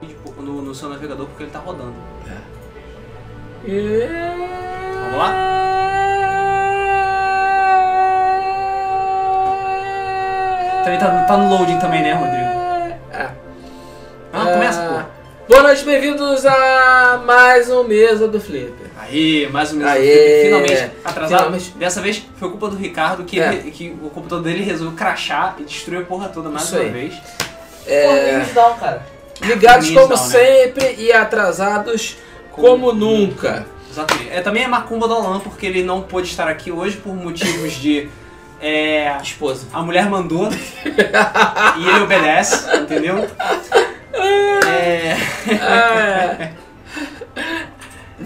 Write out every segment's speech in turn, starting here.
tipo, no, no seu navegador porque ele tá rodando. Vamos Vamos lá? Também tá, tá no loading também, né, Rodrigo? Ah, começa, pô. É. Boa noite, bem-vindos a mais um Mesa do Flipper. Aí, mais um mesmo. Aê. Finalmente, atrasado. Finalmente. Dessa vez foi culpa do Ricardo que, É. ele- que o computador dele resolveu crachar e destruir a porra toda mais Isso uma aí. vez. Pô, News Down, cara. É, Ligados Mesa, como né? sempre e atrasados como, nunca. Exatamente. É, também é macumba do Alan, porque ele não pôde estar aqui hoje por motivos de. É, Esposa. a mulher mandou e ele obedece, entendeu? É, Ah.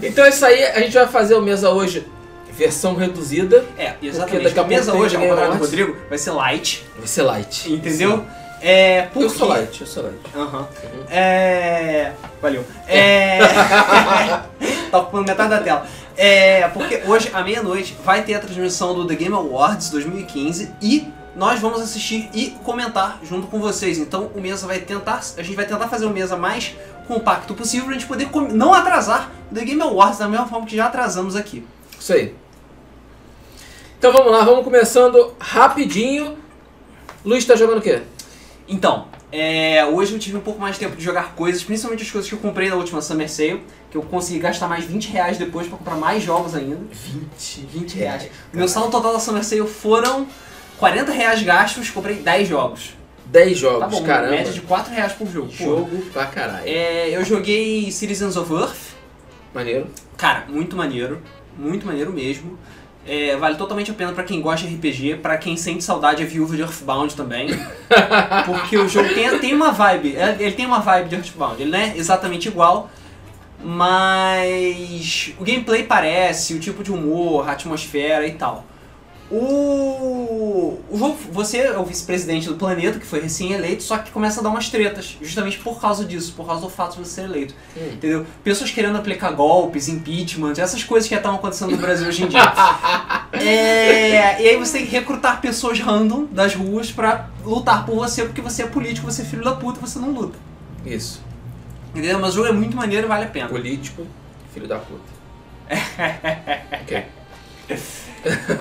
então é isso aí, a gente vai fazer o Mesa hoje, versão reduzida. é Porque exatamente. daqui a A mesa pouco tem hoje, ao contrário do Game Awards. Rodrigo, vai ser light, Vai ser light. entendeu? É, por Eu sou quê? light, eu sou light. Aham. É. Valeu. É. tá ocupando metade da tela. É. Porque hoje, à meia-noite, vai ter a transmissão do The Game Awards 2015 e nós vamos assistir e comentar junto com vocês. Então o Mesa vai tentar. A gente vai tentar fazer o Mesa mais compacto possível pra gente poder com- não atrasar o The Game Awards da mesma forma que já atrasamos aqui. Isso aí. Então vamos lá, vamos começando rapidinho. Luiz tá jogando o quê? Então, é, hoje eu tive um pouco mais de tempo de jogar coisas, principalmente as coisas que eu comprei na última Summer Sale, que eu consegui gastar mais 20 reais depois pra comprar mais jogos ainda. 20. 20 reais. Meu saldo total da Summer Sale foram 40 reais gastos, comprei 10 jogos. Tá 10 jogos, bom, caramba. média de 4 reais por jogo. Pô. Jogo pra caralho. É, eu joguei Citizens of Earth, Maneiro. cara, muito maneiro, muito maneiro mesmo. É, vale totalmente a pena pra quem gosta de RPG, pra quem sente saudade é viúva de Earthbound também. Porque o jogo tem, tem uma vibe, é, ele tem uma vibe de Earthbound, ele não é exatamente igual, mas o gameplay parece, o tipo de humor, a atmosfera e tal. O, o jogo, você é o vice-presidente do planeta, que foi recém-eleito, só que começa a dar umas tretas, justamente por causa disso, por causa do fato de você ser eleito. Hum. Entendeu? Pessoas querendo aplicar golpes, impeachment, essas coisas que já estão acontecendo no Brasil hoje em dia. É, e aí você tem que recrutar pessoas random das ruas pra lutar por você, porque você é político, você é filho da puta, você não luta. Isso. Entendeu? Mas o jogo é muito maneiro e vale a pena. Político, filho da puta. ok.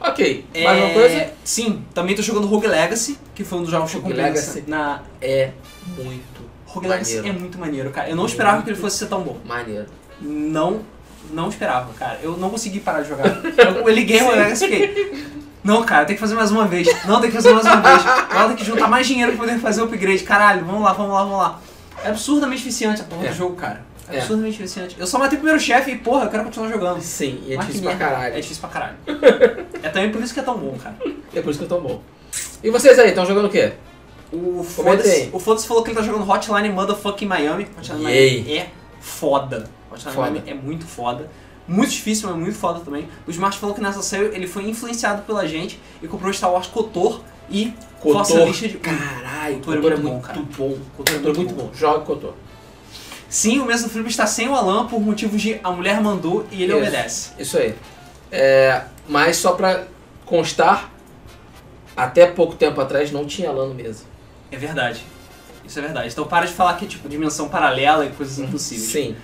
ok. Mais uma É, coisa? Sim, também tô jogando Rogue Legacy, que foi um dos jogos que eu Rogue comprei Legacy. na. É muito Rogue Legacy é Maneiro. muito maneiro, cara. Eu não esperava que ele fosse ser tão bom. maneiro. Não, não esperava, cara. Eu não consegui parar de jogar. Eu, eu liguei o Rolex e fiquei. Não, cara, tem que fazer mais uma vez. Não, tem que fazer mais uma vez. Agora tem que juntar mais dinheiro pra poder fazer o upgrade. Caralho, vamos lá, vamos lá, vamos lá. É absurdamente viciante a porra É. do jogo, cara. É É. absurdamente viciante. Eu só matei o primeiro chefe e, porra, eu quero continuar jogando. Sim, e é Mas que difícil pra merda. caralho. É difícil pra caralho. É também por isso que é tão bom, cara. É por isso que eu tô bom. E vocês aí, estão jogando o quê? O aí. Foda-se o Foda falou que ele tá jogando Hotline Motherfucking Miami. Hotline Miami Yay. é foda. Hotline Foda. Miami é muito foda. Muito difícil, mas muito foda também. O Smart falou que nessa série ele foi influenciado pela gente e comprou Star Wars Cotor e Cotor. Força Lixa de... Caralho, Cotor é muito bom, cara. bom. Cotor é Cotor é muito muito bom. bom. Joga Cotor. Sim, o mesmo filme está sem o Alan por motivos de a mulher mandou e ele Isso. obedece. Isso aí. É, mas só pra constar, até pouco tempo atrás não tinha lã no mesa. É verdade. Isso é verdade. Então para de falar que é tipo dimensão paralela e coisas impossíveis. Sim,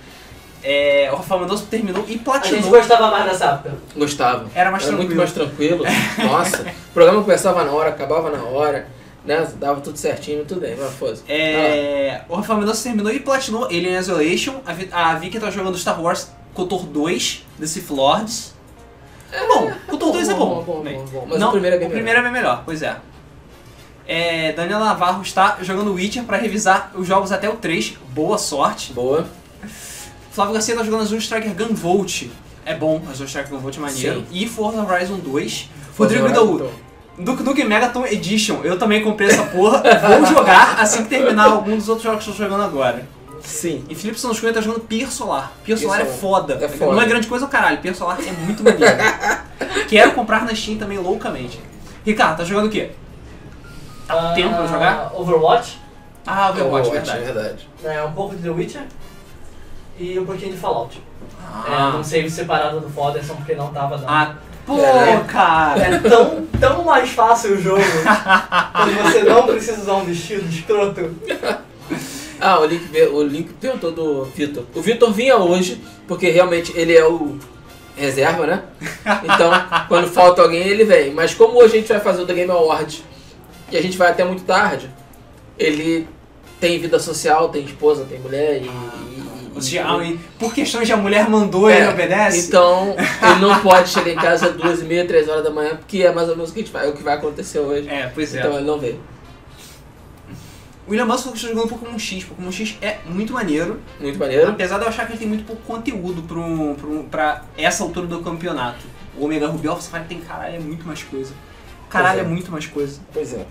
É, o Rafael Mendonça terminou e A gente platinou. gostava mais nessa época. gostava. Era mais Era muito tranquilo. mais tranquilo. Nossa, o programa começava na hora, acabava na hora, né? Dava tudo certinho, tudo bem, mas foda-se. Ah É, o Rafael Mendonça terminou e platinou Alien Isolation. A, Vi- a Vicky tá jogando Star Wars Cotor 2, The Sith Lords. É bom, Cotor 2 é bom. bom, Bem, bom, bom. Mas não, o primeiro é bem o melhor. primeiro é bem melhor, pois é. é. Daniela Navarro está jogando Witcher pra revisar os jogos até o 3. Boa sorte. Boa. Flávio Garcia tá jogando Azul Striker Gunvolt. É bom, Azul Striker Gunvolt é maneiro. Sim. E Forza Horizon 2. Rodrigo Forza Horizon, Daú, Duke Nukem Megaton Edition. Eu também comprei essa porra. Vou jogar assim que terminar algum dos outros jogos que eu tô jogando agora. então. Sim. E Felipe Santos Cunha tá jogando Pier Solar. Pier Solar é Solar. foda. É foda. Não é grande coisa o caralho. Pier Solar é muito maneiro. Quero comprar na Steam também loucamente. Ricardo, tá jogando o quê? Tá um Ah, tempo pra jogar? Overwatch, Ah, Overwatch, Overwatch, verdade. é verdade. né, um pouco de The Witcher e um pouquinho de Fallout. É, Ah, não save separado do Foda, é só porque não tava não. ah pô, É. cara. É tão, tão mais fácil o jogo quando você não precisa usar um vestido escroto. Ah, o Link, veio- o Link perguntou do Vitor. O Vitor vinha hoje, porque realmente ele é o reserva, né? Então, quando falta alguém, ele vem. Mas como hoje a gente vai fazer o The Game Awards e a gente vai até muito tarde, ele tem vida social, tem esposa, tem mulher e. e- Ou e- seja, ah, e por questões de a mulher mandou e É, ele obedece. Então, ele não pode chegar em casa às duas e meia, três horas da manhã, porque é mais ou menos o que, a gente vai, é o que vai acontecer hoje. É, pois é. Então ele não veio. o William Mansell está tá jogando Pokémon X. Pokémon X é muito maneiro. Muito maneiro. Apesar de eu achar que ele tem muito pouco conteúdo pra, um- pra um- pra essa altura do campeonato. O Omega Ruby Alpha Sapphire tem caralho, é muito mais coisa. Caralho, é. Pois é. muito mais coisa. Pois é.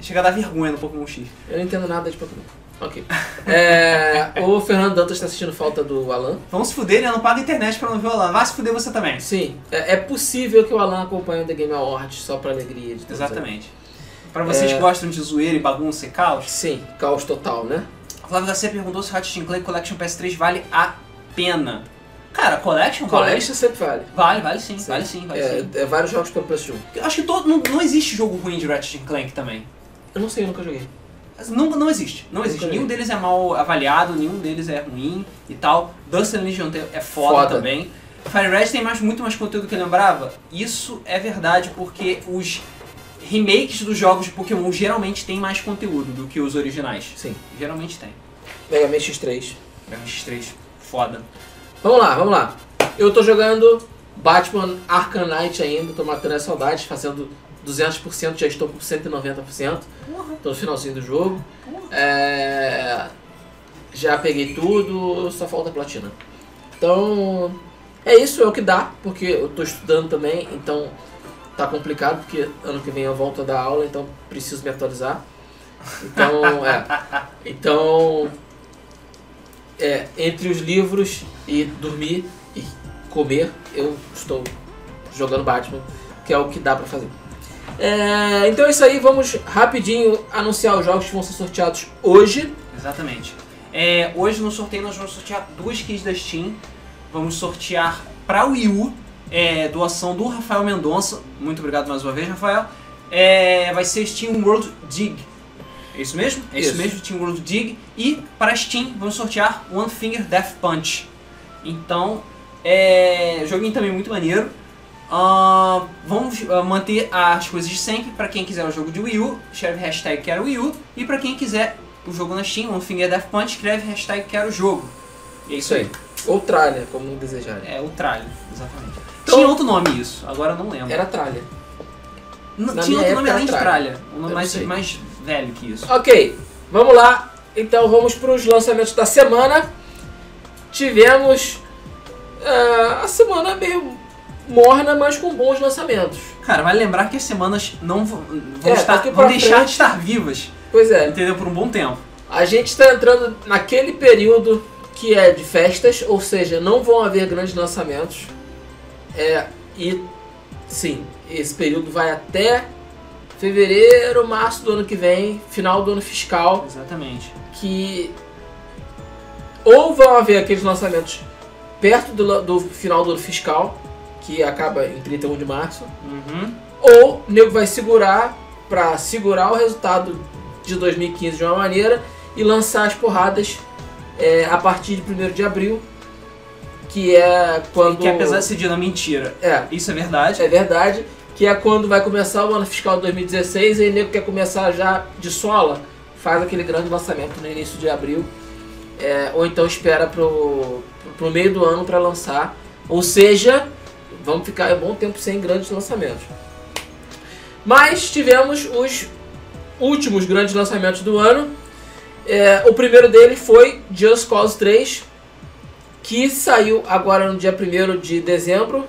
Chega a dar vergonha no Pokémon X. Eu não entendo nada de Pokémon. Ok. É, o Fernando Dantas tá sentindo falta do Alan. Vamos se fuder, ele não paga internet pra não ver o Alan. Vai se fuder você também. Sim, é, é possível que o Alan acompanhe o The Game Awards só pra alegria de todos Exatamente. Pra vocês É. que gostam de zoeira e bagunça e aí. caos, Sim, caos total, né? a Flávia Garcia perguntou se o Ratchet Clank Collection PS3 vale a pena. Cara, Collection vale? Colégio sempre vale. Vale, vale sim, Sim. vale sim, vale sim. É, é vários jogos pelo preço de um. Eu acho que todo, não, não existe jogo ruim de Ratchet Clank também. Eu não sei, eu nunca joguei. Mas Não, não existe, não Nunca existe. vi. Nenhum deles é mal avaliado, nenhum deles é ruim e tal. Dust and Legion tem- é foda, Foda. também. Fire Red tem mais, muito mais conteúdo que eu lembrava. Isso é verdade, porque os remakes dos jogos de Pokémon geralmente têm mais conteúdo do que os originais. Sim, Geralmente tem. Mega Man X3. MX3, foda. Vamos lá, vamos lá. Eu tô jogando Batman Arkham Knight ainda, tô matando as saudades, fazendo 200%, já estou com 190%. Porra, Tô no finalzinho do jogo. porra. É, já peguei tudo, só falta platina. Então, é isso, é o que dá, porque eu tô estudando também, então tá complicado, porque ano que vem eu volto a dar aula, então preciso me atualizar. Então, é. Então, é, entre os livros e dormir e comer, eu estou jogando Batman, que é o que dá pra fazer. É, então é isso aí, vamos rapidinho anunciar os jogos que vão ser sorteados hoje. Exatamente. É, hoje no sorteio nós vamos sortear duas kits da Steam. Vamos sortear pra Wii U, é, doação do Rafael Mendonça. Muito obrigado mais uma vez, Rafael. É, vai ser Steam World Dig. É isso mesmo? É isso, Isso. mesmo, Steam World Dig. E para Steam vamos sortear One Finger Death Punch. Então, é, joguinho também muito maneiro. Ah, vamos ah, manter as coisas de sempre. Pra quem quiser o jogo de Wii U, escreve hashtag quero Wii U. E pra quem quiser o jogo na Steam, um Finger Death Punch, escreve hashtag quero jogo. E é isso aí. Ou tralha, como desejarem. É o tralho, exatamente. Então- tinha outro nome isso, agora eu não lembro. Era tralha. Não, na tinha minha outro nome época além de era tralha. Um nome não mais, sei. mais velho que isso. Ok, vamos lá. Então vamos para os lançamentos da semana. Tivemos ah, a semana meio morna, mas com bons lançamentos. Cara, vai lembrar que as semanas não vão, vão É, estar, daqui vão pra deixar frente. de estar vivas, Pois é, entendeu? Por um bom tempo. a gente está entrando naquele período que é de festas, ou seja, não vão haver grandes lançamentos. É, e sim, esse período vai até fevereiro, março do ano que vem, final do ano fiscal. Exatamente. que ou vão haver aqueles lançamentos perto do, la- do final do ano fiscal, que acaba em 31 de março, Uhum. ou o nego vai segurar para segurar o resultado de 2015 de uma maneira e lançar as porradas é, a partir de 1 de abril, que é quando. Que apesar de ser dia da mentira, É, isso é verdade. é verdade, que é quando vai começar o ano fiscal de 2016 e o nego quer começar já de sola, faz aquele grande lançamento no início de abril, é, ou então espera pro, pro meio do ano para lançar. Ou seja, vamos ficar um bom tempo sem grandes lançamentos. Mas tivemos os últimos grandes lançamentos do ano. É, o primeiro dele foi Just Cause 3, que saiu agora no dia 1 de dezembro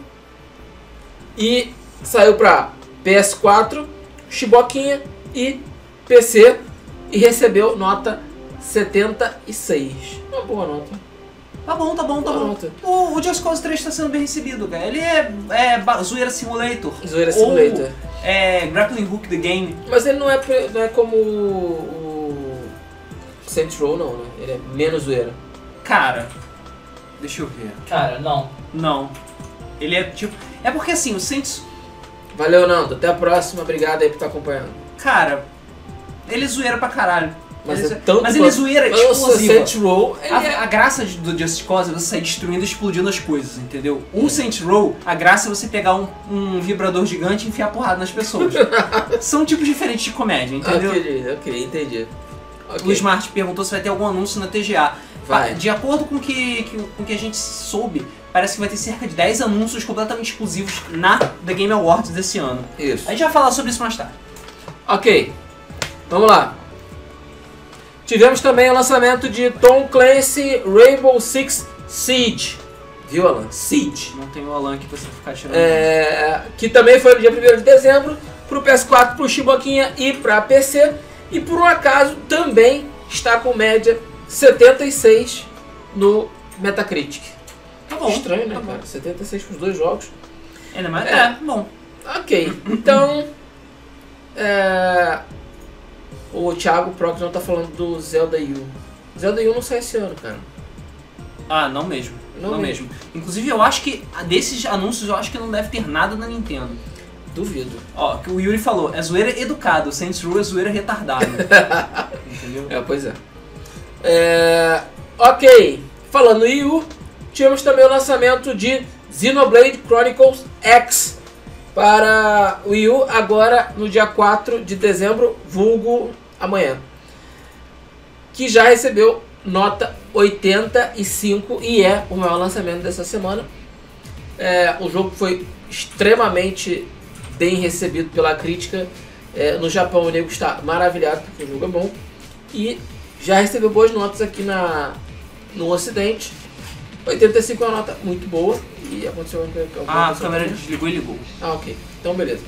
e saiu para PS4, Chiboquinha e PC e recebeu nota 76. Uma boa nota. Tá bom, tá bom, tá Boa bom. nota. O, o Just Cause 3 tá sendo bem recebido, cara. Ele é, é ba- zoeira simulator. Zoeira Ou- Simulator. É grappling hook the game. Mas ele não é, pre- não é como o o Saints Row, não, né? Ele é menos zoeira. Cara, deixa eu ver. Cara, não. Não. Ele é tipo. É porque assim, o Saints. Valeu, Nando. Até a próxima. Obrigado aí por estar acompanhando. Cara, ele é zoeira pra caralho. Mas Mas é tanto mas ele é zoeira, Mas o explosiva. Sunset Row, ele é... A, a graça de- do Justice Cause é você sair destruindo e explodindo as coisas, entendeu? O Saints Row, a graça é você pegar um, um vibrador gigante e enfiar porrada nas pessoas. São tipos diferentes de comédia, entendeu? Ok, ok, Ah, entendi. O Ok, Smart perguntou se vai ter algum anúncio na TGA. vai. Ah, De acordo com o que, que- com o que a gente soube, parece que vai ter cerca de 10 anúncios completamente exclusivos na The Game Awards desse ano. Isso. A gente vai falar sobre isso mais tarde. Ok, vamos lá. Tivemos também o lançamento de Tom Clancy Rainbow Six Siege. Viu, Alan? Siege. Não tem o Alan aqui pra você ficar tirando. É, que também foi no dia 1 de dezembro, pro PS4, pro Chiboquinha e pra PC. E por um acaso também está com média 76 no Metacritic. Tá bom. Estranho, né, tá bom. cara? 76 pros dois jogos. Ainda mais. É. É, bom. Ok, então. é, o Thiago Proctor tá falando do Zelda U. Zelda U não sai esse ano, cara. Ah, não mesmo. Não Não, mesmo. Inclusive, eu acho que ah, desses anúncios, eu acho que não deve ter nada na Nintendo. Duvido. Ó, que o Yuri falou, é zoeira educado, Saints Row é zoeira retardado. Entendeu? É, pois é. É, Ok, falando em U, tivemos também o lançamento de Xenoblade Chronicles X para o Wii U agora no dia 4 de dezembro, vulgo amanhã. Que já recebeu nota 85 e é o maior lançamento dessa semana. É, o jogo foi extremamente bem recebido pela crítica. É, no Japão o nego está maravilhado porque o jogo é bom. E já recebeu boas notas aqui na, no Ocidente. 85 é uma nota muito boa. E aconteceu alguma coisa- Ah, a aconteceu câmera alguma coisa? desligou e ligou. Ah, ok. Então, beleza.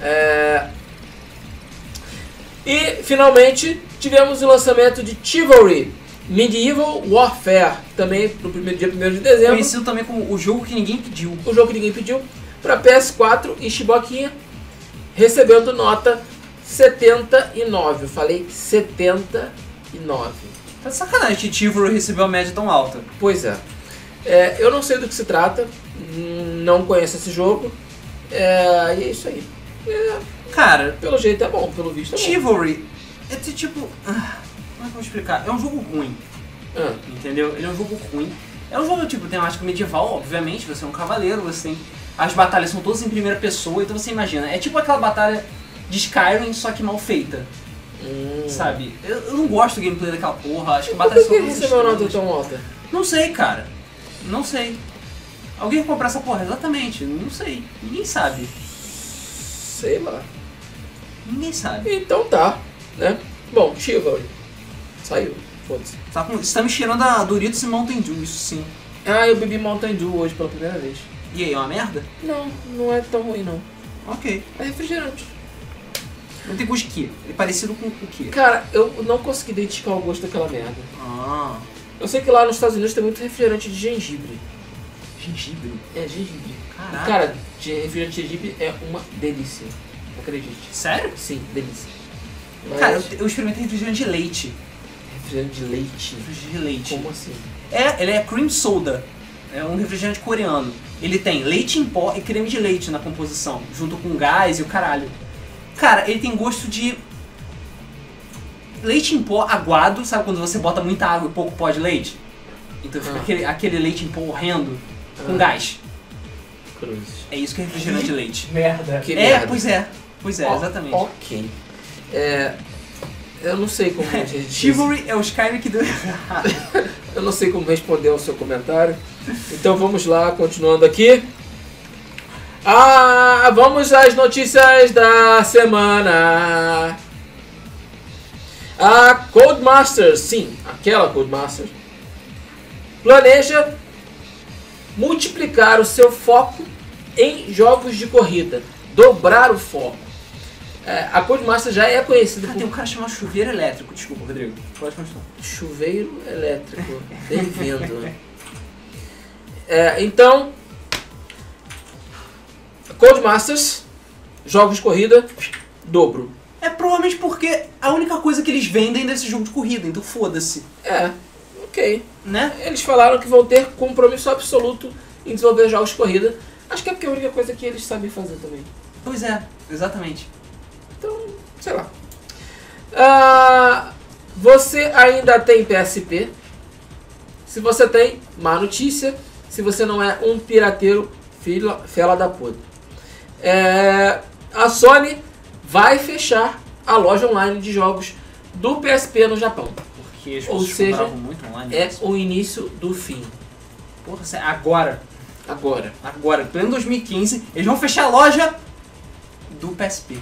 É, E, finalmente, tivemos o lançamento de Chivalry Medieval Warfare, também no primeiro dia 1 de dezembro. Conhecido também como o jogo que ninguém pediu. O jogo que ninguém pediu, para PS4 e Chiboquinha, recebendo nota 79. Eu falei 79. Tá de sacanagem que Tivro recebeu a média tão alta. Pois é. É, eu não sei do que se trata, hum, não conheço esse jogo. É, e é isso aí. É, Cara, Pelo jeito é bom, pelo visto é bom. Chivalry é t- tipo. ah, Como é que eu vou explicar? É um jogo ruim, Ah. entendeu? Ele é um jogo ruim. É um jogo tipo temática medieval, obviamente, você é um cavaleiro, você tem. As batalhas são todas em primeira pessoa, então você imagina, é tipo aquela batalha de Skyrim, só que mal feita. Hum. Sabe? Eu, eu não gosto do gameplay daquela porra, acho que Por batalha que são que todas recebeu uma nota então? estranhas. tão alta? Não sei, cara. Não sei. Alguém vai comprar essa porra? Exatamente. Não sei. Ninguém sabe. Sei lá. Ninguém sabe. Então tá, né? Bom, Chivalry. Saiu. Foda-se. Tá com... Você tá me cheirando a Doritos e Mountain Dew, isso sim. Ah, eu bebi Mountain Dew hoje pela primeira vez. E aí, é uma merda? Não, não é tão ruim não. Ok. É refrigerante. Não tem gosto de quê? Ele é parecido com o quê? Cara, eu não consegui identificar o gosto daquela merda. Ah, Eu sei que lá nos Estados Unidos tem muito refrigerante de gengibre. gengibre. É, gengibre. Caraca. Cara, de refrigerante de gengibre é uma delícia. Acredite. Sério? Sim, delícia. Mas Cara, eu, eu experimentei refrigerante de leite. refrigerante de leite. Refrigerante de leite. Como assim? É, ele é cream soda. É um refrigerante coreano. Ele tem leite em pó e creme de leite na composição, junto com gás e o caralho. Cara, ele tem gosto de leite em pó aguado, sabe quando você bota muita água e pouco pó de leite? Então fica Ah. aquele, aquele leite em pó horrendo com Ah. gás. Cruzes. É isso que é refrigerante de leite. Merda. Que é, merda. pois é. Pois é, Ó, exatamente. Ok. É, eu não sei como gente- Chivalry é o Skyrim que deu errado. eu não sei como responder ao seu comentário. Então vamos lá, continuando aqui. Ah, vamos às notícias da semana. A Codemasters, sim, aquela Codemasters, planeja multiplicar o seu foco em jogos de corrida, dobrar o foco. É, a Codemasters já é conhecida Cara, por tem um cara chamado chuveiro elétrico. Desculpa, Rodrigo. Pode continuar. Chuveiro elétrico. Bem-vindo. É, então, Codemasters, jogos de corrida, dobro. É provavelmente porque a única coisa que eles vendem desse jogo de corrida, então foda-se, É, ok. né? Eles falaram que vão ter compromisso absoluto em desenvolver jogos de corrida. Acho que é porque é a única coisa que eles sabem fazer também. Pois é, exatamente. Então, sei lá. Ah, Você ainda tem PSP? Se você tem, má notícia. Se você não é um pirateiro, fila, fela da podre. É, a Sony vai fechar a loja online de jogos do PSP no Japão. Porque as Ou pessoas seja, compravam muito online. É o início do fim. Porra, sé- agora, Agora. agora, pleno 2015, eles vão fechar a loja do PSP. Em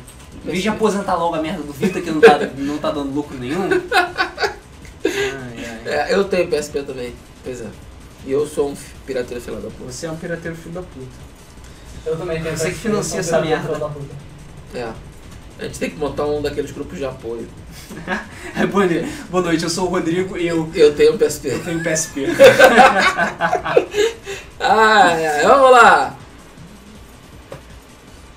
vez de PSP. aposentar logo a merda do Vita, que não tá, não tá dando lucro nenhum. Ai, ai. É, eu tenho PSP também. Pois é. E eu sou um pirateiro fela da porra. Você é um pirateiro filho da puta. Eu também tenho Você que financia essa merda. É. A gente tem que montar um daqueles grupos de apoio. É, boa noite- boa noite, eu sou o Rodrigo e eu Eu tenho um PSP. tenho PSP. Ah, é, vamos lá.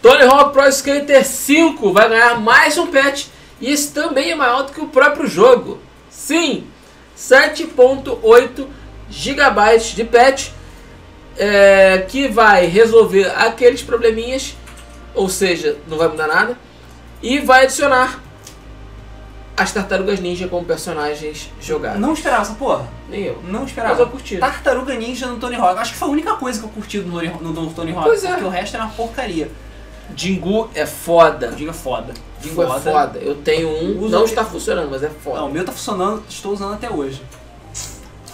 Tony Hawk Pro Skater 5 vai ganhar mais um patch e esse também é maior do que o próprio jogo. Sim, 7.8 GB de patch é, que vai resolver aqueles probleminhas, ou seja, não vai mudar nada, e vai adicionar as tartarugas ninja como personagens jogados. Não esperava essa porra. Nem eu. Não Mas esperava. eu curti. Tartaruga Ninja no Tony Hawk. Acho que foi a única coisa que eu curti no Tony- no novo Tony Hawk. Pois é. Porque o resto era uma porcaria. Jingu é foda. Diga foda. Digo, é foda. Eu tenho um, Usa não o- está funcionando, mas é foda. Não, o meu tá funcionando, estou usando até hoje.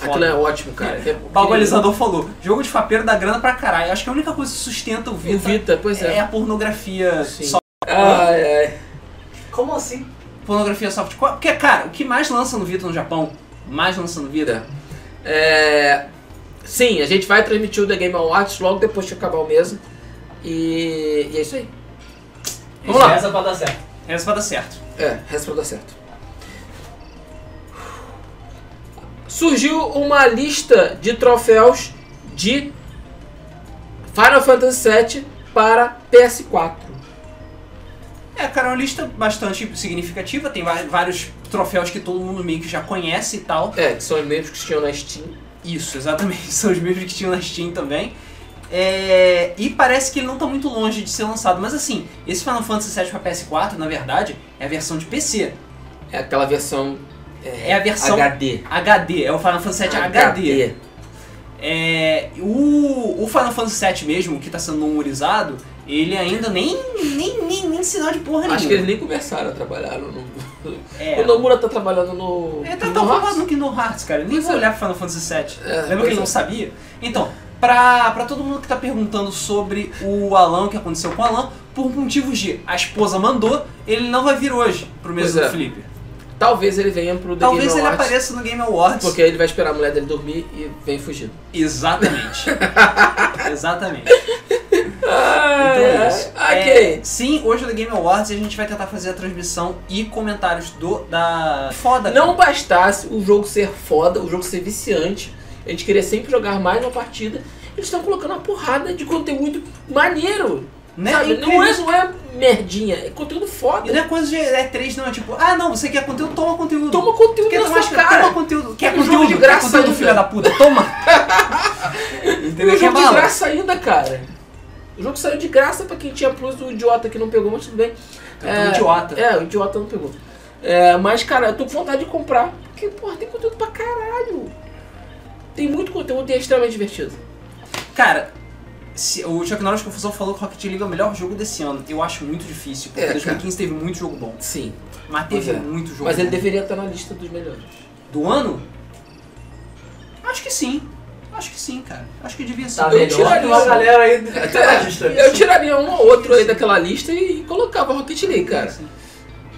Aquilo é ótimo, cara. É O balbalizador falou, jogo de fapeiro dá grana pra caralho. Acho que a única coisa que sustenta o O Vita, Vita, pois é. é. a pornografia Sim. soft. Ai, ai. Como assim? Pornografia softcore. Porque, cara, o que mais lança no Vita no Japão, mais lança no Vita, É, Sim, a gente vai transmitir o The Game Awards logo depois que acabar o mesmo. E, e é isso aí. Vamos lá. Essa pra dar certo. essa vai dar certo. É, resta pra dar certo. Surgiu uma lista de troféus de Final Fantasy VII para PS4. É, cara, é uma lista bastante significativa, tem va- vários troféus que todo mundo meio que já conhece e tal. É, que são os mesmos que tinham na Steam. Isso, exatamente, são os mesmos que tinham na Steam também. É, e parece que ele não tá muito longe de ser lançado, mas assim, esse Final Fantasy VII pra PS4, na verdade, é a versão de PC. É aquela versão É a versão HD. HD, é o Final Fantasy VII HD. É, o, o Final Fantasy VII mesmo, que tá sendo memorizado, ele ainda nem, nem, nem, nem sinal de porra Acho que nenhuma. eles nem começaram a trabalhar no. no- É, O Nomura tá trabalhando no. ele tá no tão Hearts. roubado no Kingdom Hearts, cara. Eu nem Pois vou é. olhar pro Final Fantasy VII. É, Lembra que pois ele é. não sabia? Então, pra, pra todo mundo que tá perguntando sobre o Alan, o que aconteceu com o Alan, por motivos de a esposa mandou, ele não vai vir hoje pro mês do Pois é. Felipe. Talvez ele venha pro The Talvez Game ele Awards, apareça no Game Awards. Porque aí ele vai esperar a mulher dele dormir e vem fugindo. Exatamente. Exatamente. Ah, Então é isso. Ok. É, sim, hoje no Game Awards a gente vai tentar fazer a transmissão e comentários do da foda. Não bastasse o jogo ser foda, o jogo ser viciante, a gente queria sempre jogar mais uma partida. Eles estão colocando uma porrada de conteúdo maneiro. né? sabe? Incrível. Não, é, não é merdinha, é conteúdo E foda. não é coisa de E3, não. É tipo, ah, não, você quer conteúdo? Toma conteúdo. Toma conteúdo Quer na tomar sua acho que- cara. Toma conteúdo. Quer Um jogo conteúdo? de Quer graça conteúdo, ainda. filha da puta? Toma. E o Entendeu? Que é um jogo de bala. graça ainda, cara. O jogo saiu de graça pra quem tinha plus, o idiota que não pegou, mas tudo bem. É, idiota. É, o Então, idiota não pegou. É, mas, cara, eu tô com vontade de comprar. Porque, porra, tem conteúdo pra caralho. Tem muito conteúdo e é extremamente divertido. Cara, se, o Chuck Norris Confusão falou que Rocket League é o melhor jogo desse ano. Eu acho muito difícil, porque É, cara. 2015 teve muito jogo bom. Sim. Mas Pois teve é. muito jogo Mas bom. ele deveria estar na lista dos melhores. Do ano? Acho que sim. Acho que sim, cara. Acho que devia ser. Tá Eu melhor tiro a que uma lista. galera aí do Eu tiraria um ou outro aí daquela lista e colocava Rocket League, cara. Sim.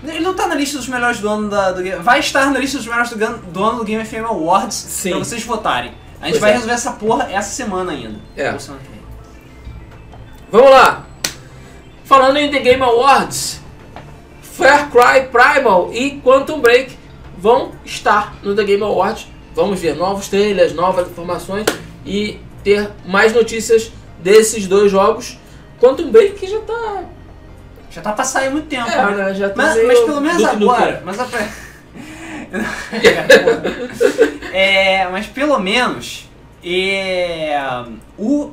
Ele não tá na lista dos melhores do ano da, do Game... Vai estar na lista dos melhores do, gan- do ano do Game FM Awards Sim. pra vocês votarem. A gente Pois vai é. resolver essa porra essa semana ainda. É. Ou semana que vem. Vamos lá. Falando em The Game Awards, Far Cry Primal e Quantum Break vão estar no The Game Awards. Vamos ver novos trailers, novas informações e ter mais notícias desses dois jogos. Quantum Break que já tá. Já tá pra sair há muito tempo. É, né? né, já tá mas, meio mas pelo menos Duke Nukem. agora. Mas a... é, mas pelo menos. É, o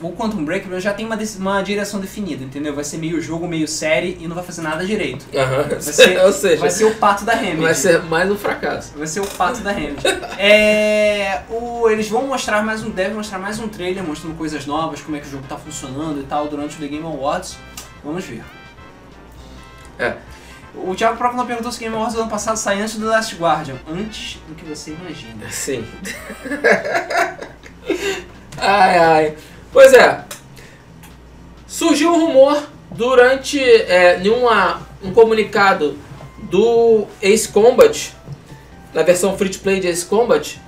o Quantum Break já tem uma, dec- uma direção definida, entendeu? Vai ser meio jogo, meio série e não vai fazer nada direito. Aham. Vai ser, Ou seja, vai ser o pato da Remedy. vai ser mais um fracasso. Vai ser o pato da Remedy. É, o- eles vão mostrar mais um, devem mostrar mais um trailer mostrando coisas novas, como é que o jogo tá funcionando e tal durante o The Game Awards. Vamos ver. É. O Thiago Proco não perguntou se o Game Awards do ano passado sai antes do Last Guardian. Antes do que você imagina. Sim. ai, ai. Pois é. Surgiu um rumor durante é, nenhuma, um comunicado do Ace Combat, na versão free to play de Ace Combat,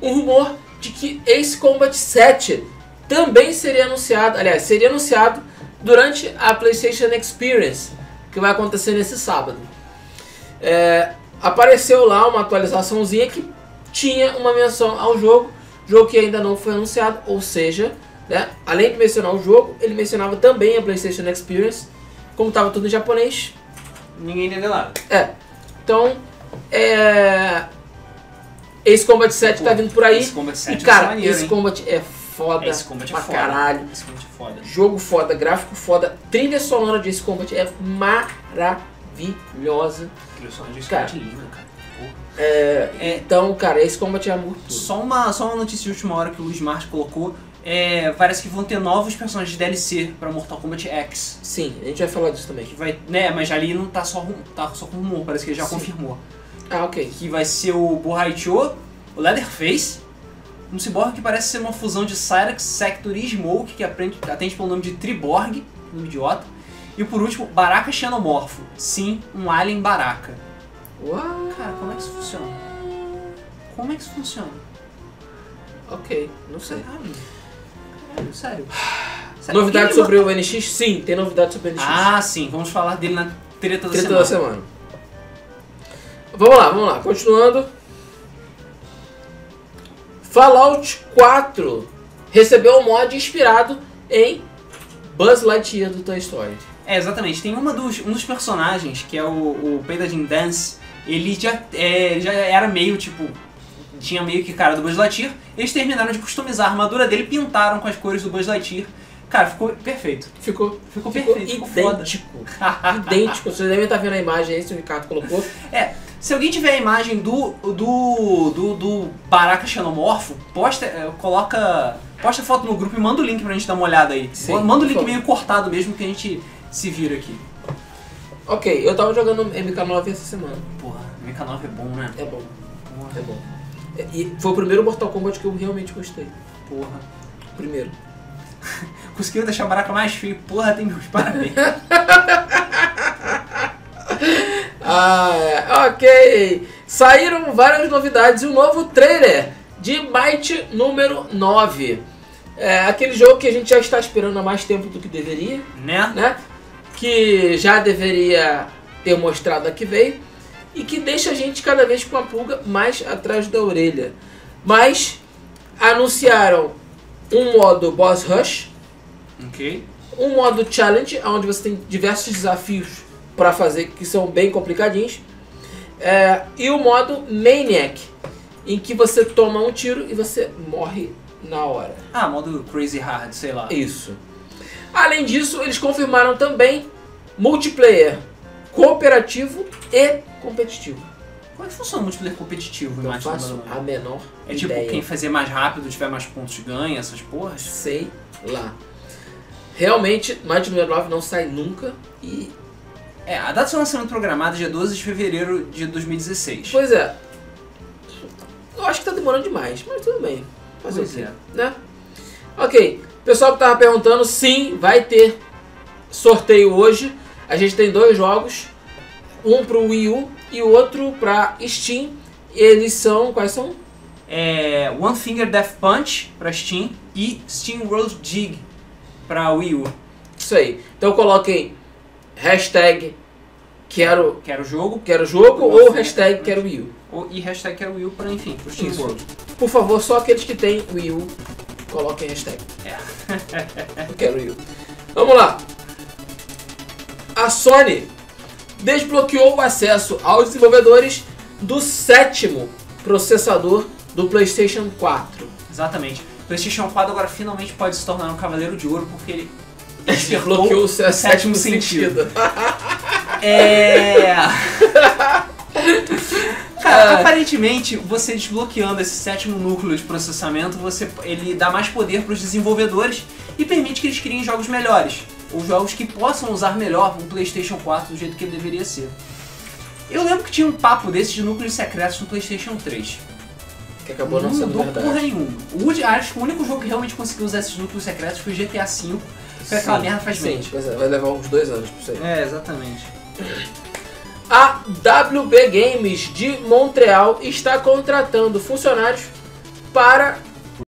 um rumor de que Ace Combat 7 também seria anunciado, aliás, seria anunciado durante a PlayStation Experience, que vai acontecer nesse sábado. É, apareceu lá uma atualizaçãozinha que tinha uma menção ao jogo, jogo que ainda não foi anunciado, ou seja, né, além de mencionar o jogo, ele mencionava também a PlayStation Experience, como estava tudo em japonês. Ninguém entendeu nada. É, então, é... Ace Combat 7 tá vindo por aí. Esse Combat 7 E vai ser cara, maneiro, Ace hein? Combat é foda Ace Combat é pra foda. caralho. Esse Combat é foda. Jogo foda, gráfico foda, trilha sonora de Ace Combat é maravilhosa. Trilha sonora de Ace Cara. Combat é linda, cara. Porra. É. Então, cara, Ace Combat é muito tudo. Tipo, Só uma, só uma notícia de última hora que o Luiz Marte colocou. É, parece que vão ter novos personagens de DLC pra Mortal Kombat X. Sim, a gente vai falar disso também. Que vai, né, mas ali não tá só, rum- tá só com rumor, parece que ele já Sim. confirmou. Ah, ok. Que vai ser o Borraicho, o Leatherface, um cyborg que parece ser uma fusão de Cyrax, Sector e Smoke, que aprende, atende pelo nome de Triborg, nome idiota. E por último, Baraka Xenomorfo. Sim, um alien Baraka. Uau. Cara, como é que isso funciona? Como é que isso funciona? Ok, não sei. Caralho. tá, Caralho, sério. Sério, Novidade quem sobre o NX? Sim, tem novidade sobre o NX. Tá Ah, é sim, vamos falar dele na treta da Treta semana. da semana. Vamos lá, vamos lá. Continuando. Fallout 4 recebeu um mod inspirado em Buzz Lightyear do Toy Story. É, exatamente. Tem uma dos, um dos personagens, que é o, o Pedagin Dance, ele já, é, ele já era meio, tipo, tinha meio que cara do Buzz Lightyear. Eles terminaram de customizar a armadura dele, pintaram com as cores do Buzz Lightyear. Cara, ficou perfeito. Ficou, Ficou, ficou perfeito, ficou foda. idêntico. idêntico. Vocês devem estar vendo a imagem aí, se o Ricardo colocou. É, se alguém tiver a imagem do do do, do Baraka Xenomorfo, posta, é, coloca, posta a foto no grupo e manda o link pra gente dar uma olhada aí. Sim, manda o por link favor. meio cortado mesmo que a gente se vira aqui. Ok, eu tava jogando MK9 essa semana. Porra, MK9 é bom, né? É bom, é Porra, bom. E foi o primeiro Mortal Kombat que eu realmente gostei. porra. Primeiro. Conseguiu deixar o Baraka mais feio. Porra, tem meus parabéns. Ah, ok. Saíram várias novidades e um novo trailer de Might número 9. É aquele jogo que a gente já está esperando há mais tempo do que deveria, né? né? Que já deveria ter mostrado a que veio e que deixa a gente cada vez com a pulga mais atrás da orelha. Mas anunciaram um modo Boss Rush, Ok. um modo challenge, onde você tem diversos desafios para fazer que são bem complicadinhos, É, e o modo maniac, em que você toma um tiro e você morre na hora. Ah, modo Crazy Hard, sei lá. Isso. Além disso, eles confirmaram também multiplayer, cooperativo e competitivo. Como é que funciona o multiplayer competitivo em Não Might faço Number a Nine? menor É tipo, ideia. quem fazer mais rápido, tiver mais pontos, ganha essas porras. Sei lá. Realmente, Might número 9 não sai nunca e É, a data de seu lançamento programada é dia 12 de fevereiro de 2016. Pois é. Eu acho que tá demorando demais, mas tudo bem. Fazer Pois o quê? é. Né? Ok. Pessoal que tava perguntando, sim, vai ter sorteio hoje. A gente tem dois jogos. Um pro Wii U e o outro pra Steam. Eles são. Quais são? É One Finger Death Punch pra Steam e Steam World Dig pra Wii U. Isso aí. Então coloquem hashtag quero, Quero o jogo quero jogo Nossa, ou né? hashtag quero Wii U. ou- e hashtag quero Wii U pra, enfim, pro Steam Isso. World. Por favor, só aqueles que têm Wii U, coloquem hashtag. Eu quero Wii U. Vamos lá. A Sony desbloqueou o acesso aos desenvolvedores do sétimo processador do PlayStation 4. Exatamente. PlayStation 4 agora finalmente pode se tornar um cavaleiro de ouro porque ele Bloqueou despertou o seu sétimo sétimo sentido. É. Ah. Cara, aparentemente, você desbloqueando esse sétimo núcleo de processamento, você, ele dá mais poder para os desenvolvedores e permite que eles criem jogos melhores. Ou jogos que possam usar melhor o PlayStation 4 do jeito que ele deveria ser. Eu lembro que tinha um papo desse de núcleos secretos no PlayStation 3. Que acabou não não sendo mudou porra verdade. nenhuma. O, último- acho que o único jogo que realmente conseguiu usar esses núcleos secretos foi o GTA V, que aquela merda faz Sim, mente. pois é, vai levar uns dois anos pra isso aí. É, exatamente. A WB Games de Montreal está contratando funcionários para.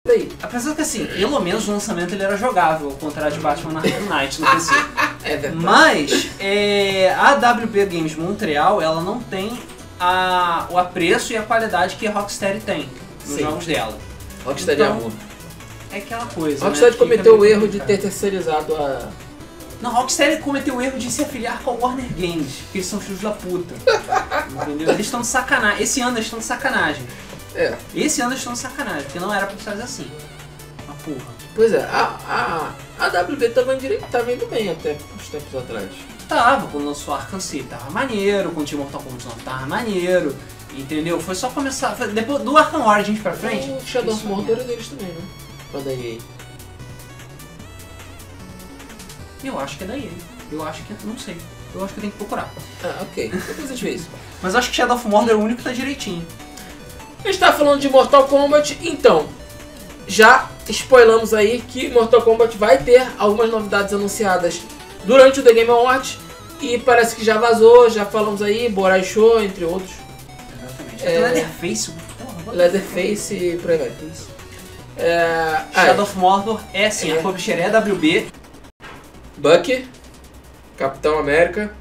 Aí. Apesar que assim, pelo menos o lançamento ele era jogável, ao contrário de Batman Arkham Knight no PC. É verdade. Mas é, a WB Games Montreal ela não tem a- o apreço e a qualidade que a Rocksteady tem nos Sim. jogos dela. Rockstar Então, de amor. É aquela coisa. Rockstar né, que cometeu o fica meio erro de ter complicado. terceirizado a. Não, a Rocksteady cometeu o erro de se afiliar com a Warner Games, que eles são filhos da puta. Entendeu? Eles estão de sacanagem. Esse ano eles estão de sacanagem. É. Esse ano eles estão de sacanagem, porque não era pra fazer assim. Uma porra. Pois é, a, a, a WB tava, direito, tava indo bem até uns tempos atrás. Tava, quando lançou Arkham City tava maneiro, quando tinha Mortal Kombat 9 tava maneiro, entendeu? Foi só começar, foi- depois do Arkham Origins pra frente... O Shadow of isso- Mordor é deles também, né? Pra da EA. Eu acho que é daí, eu acho que, não sei, eu acho que eu tenho que procurar. Ah, ok. Depois a gente vê isso. Mas eu acho que Shadow of Mordor é o único que tá direitinho. A gente tá falando de Mortal Kombat, então. Já spoilamos aí que Mortal Kombat vai ter algumas novidades anunciadas durante o The Game Awards. E parece que já vazou, já falamos aí, Borai Show, entre outros. Exatamente. É. É... Leatherface, porra, what the Leatherface e por aí vai. fuck é isso? É, ah, Shadow of Mordor é sim, É. a publisher é WB, Bucky, Capitão América,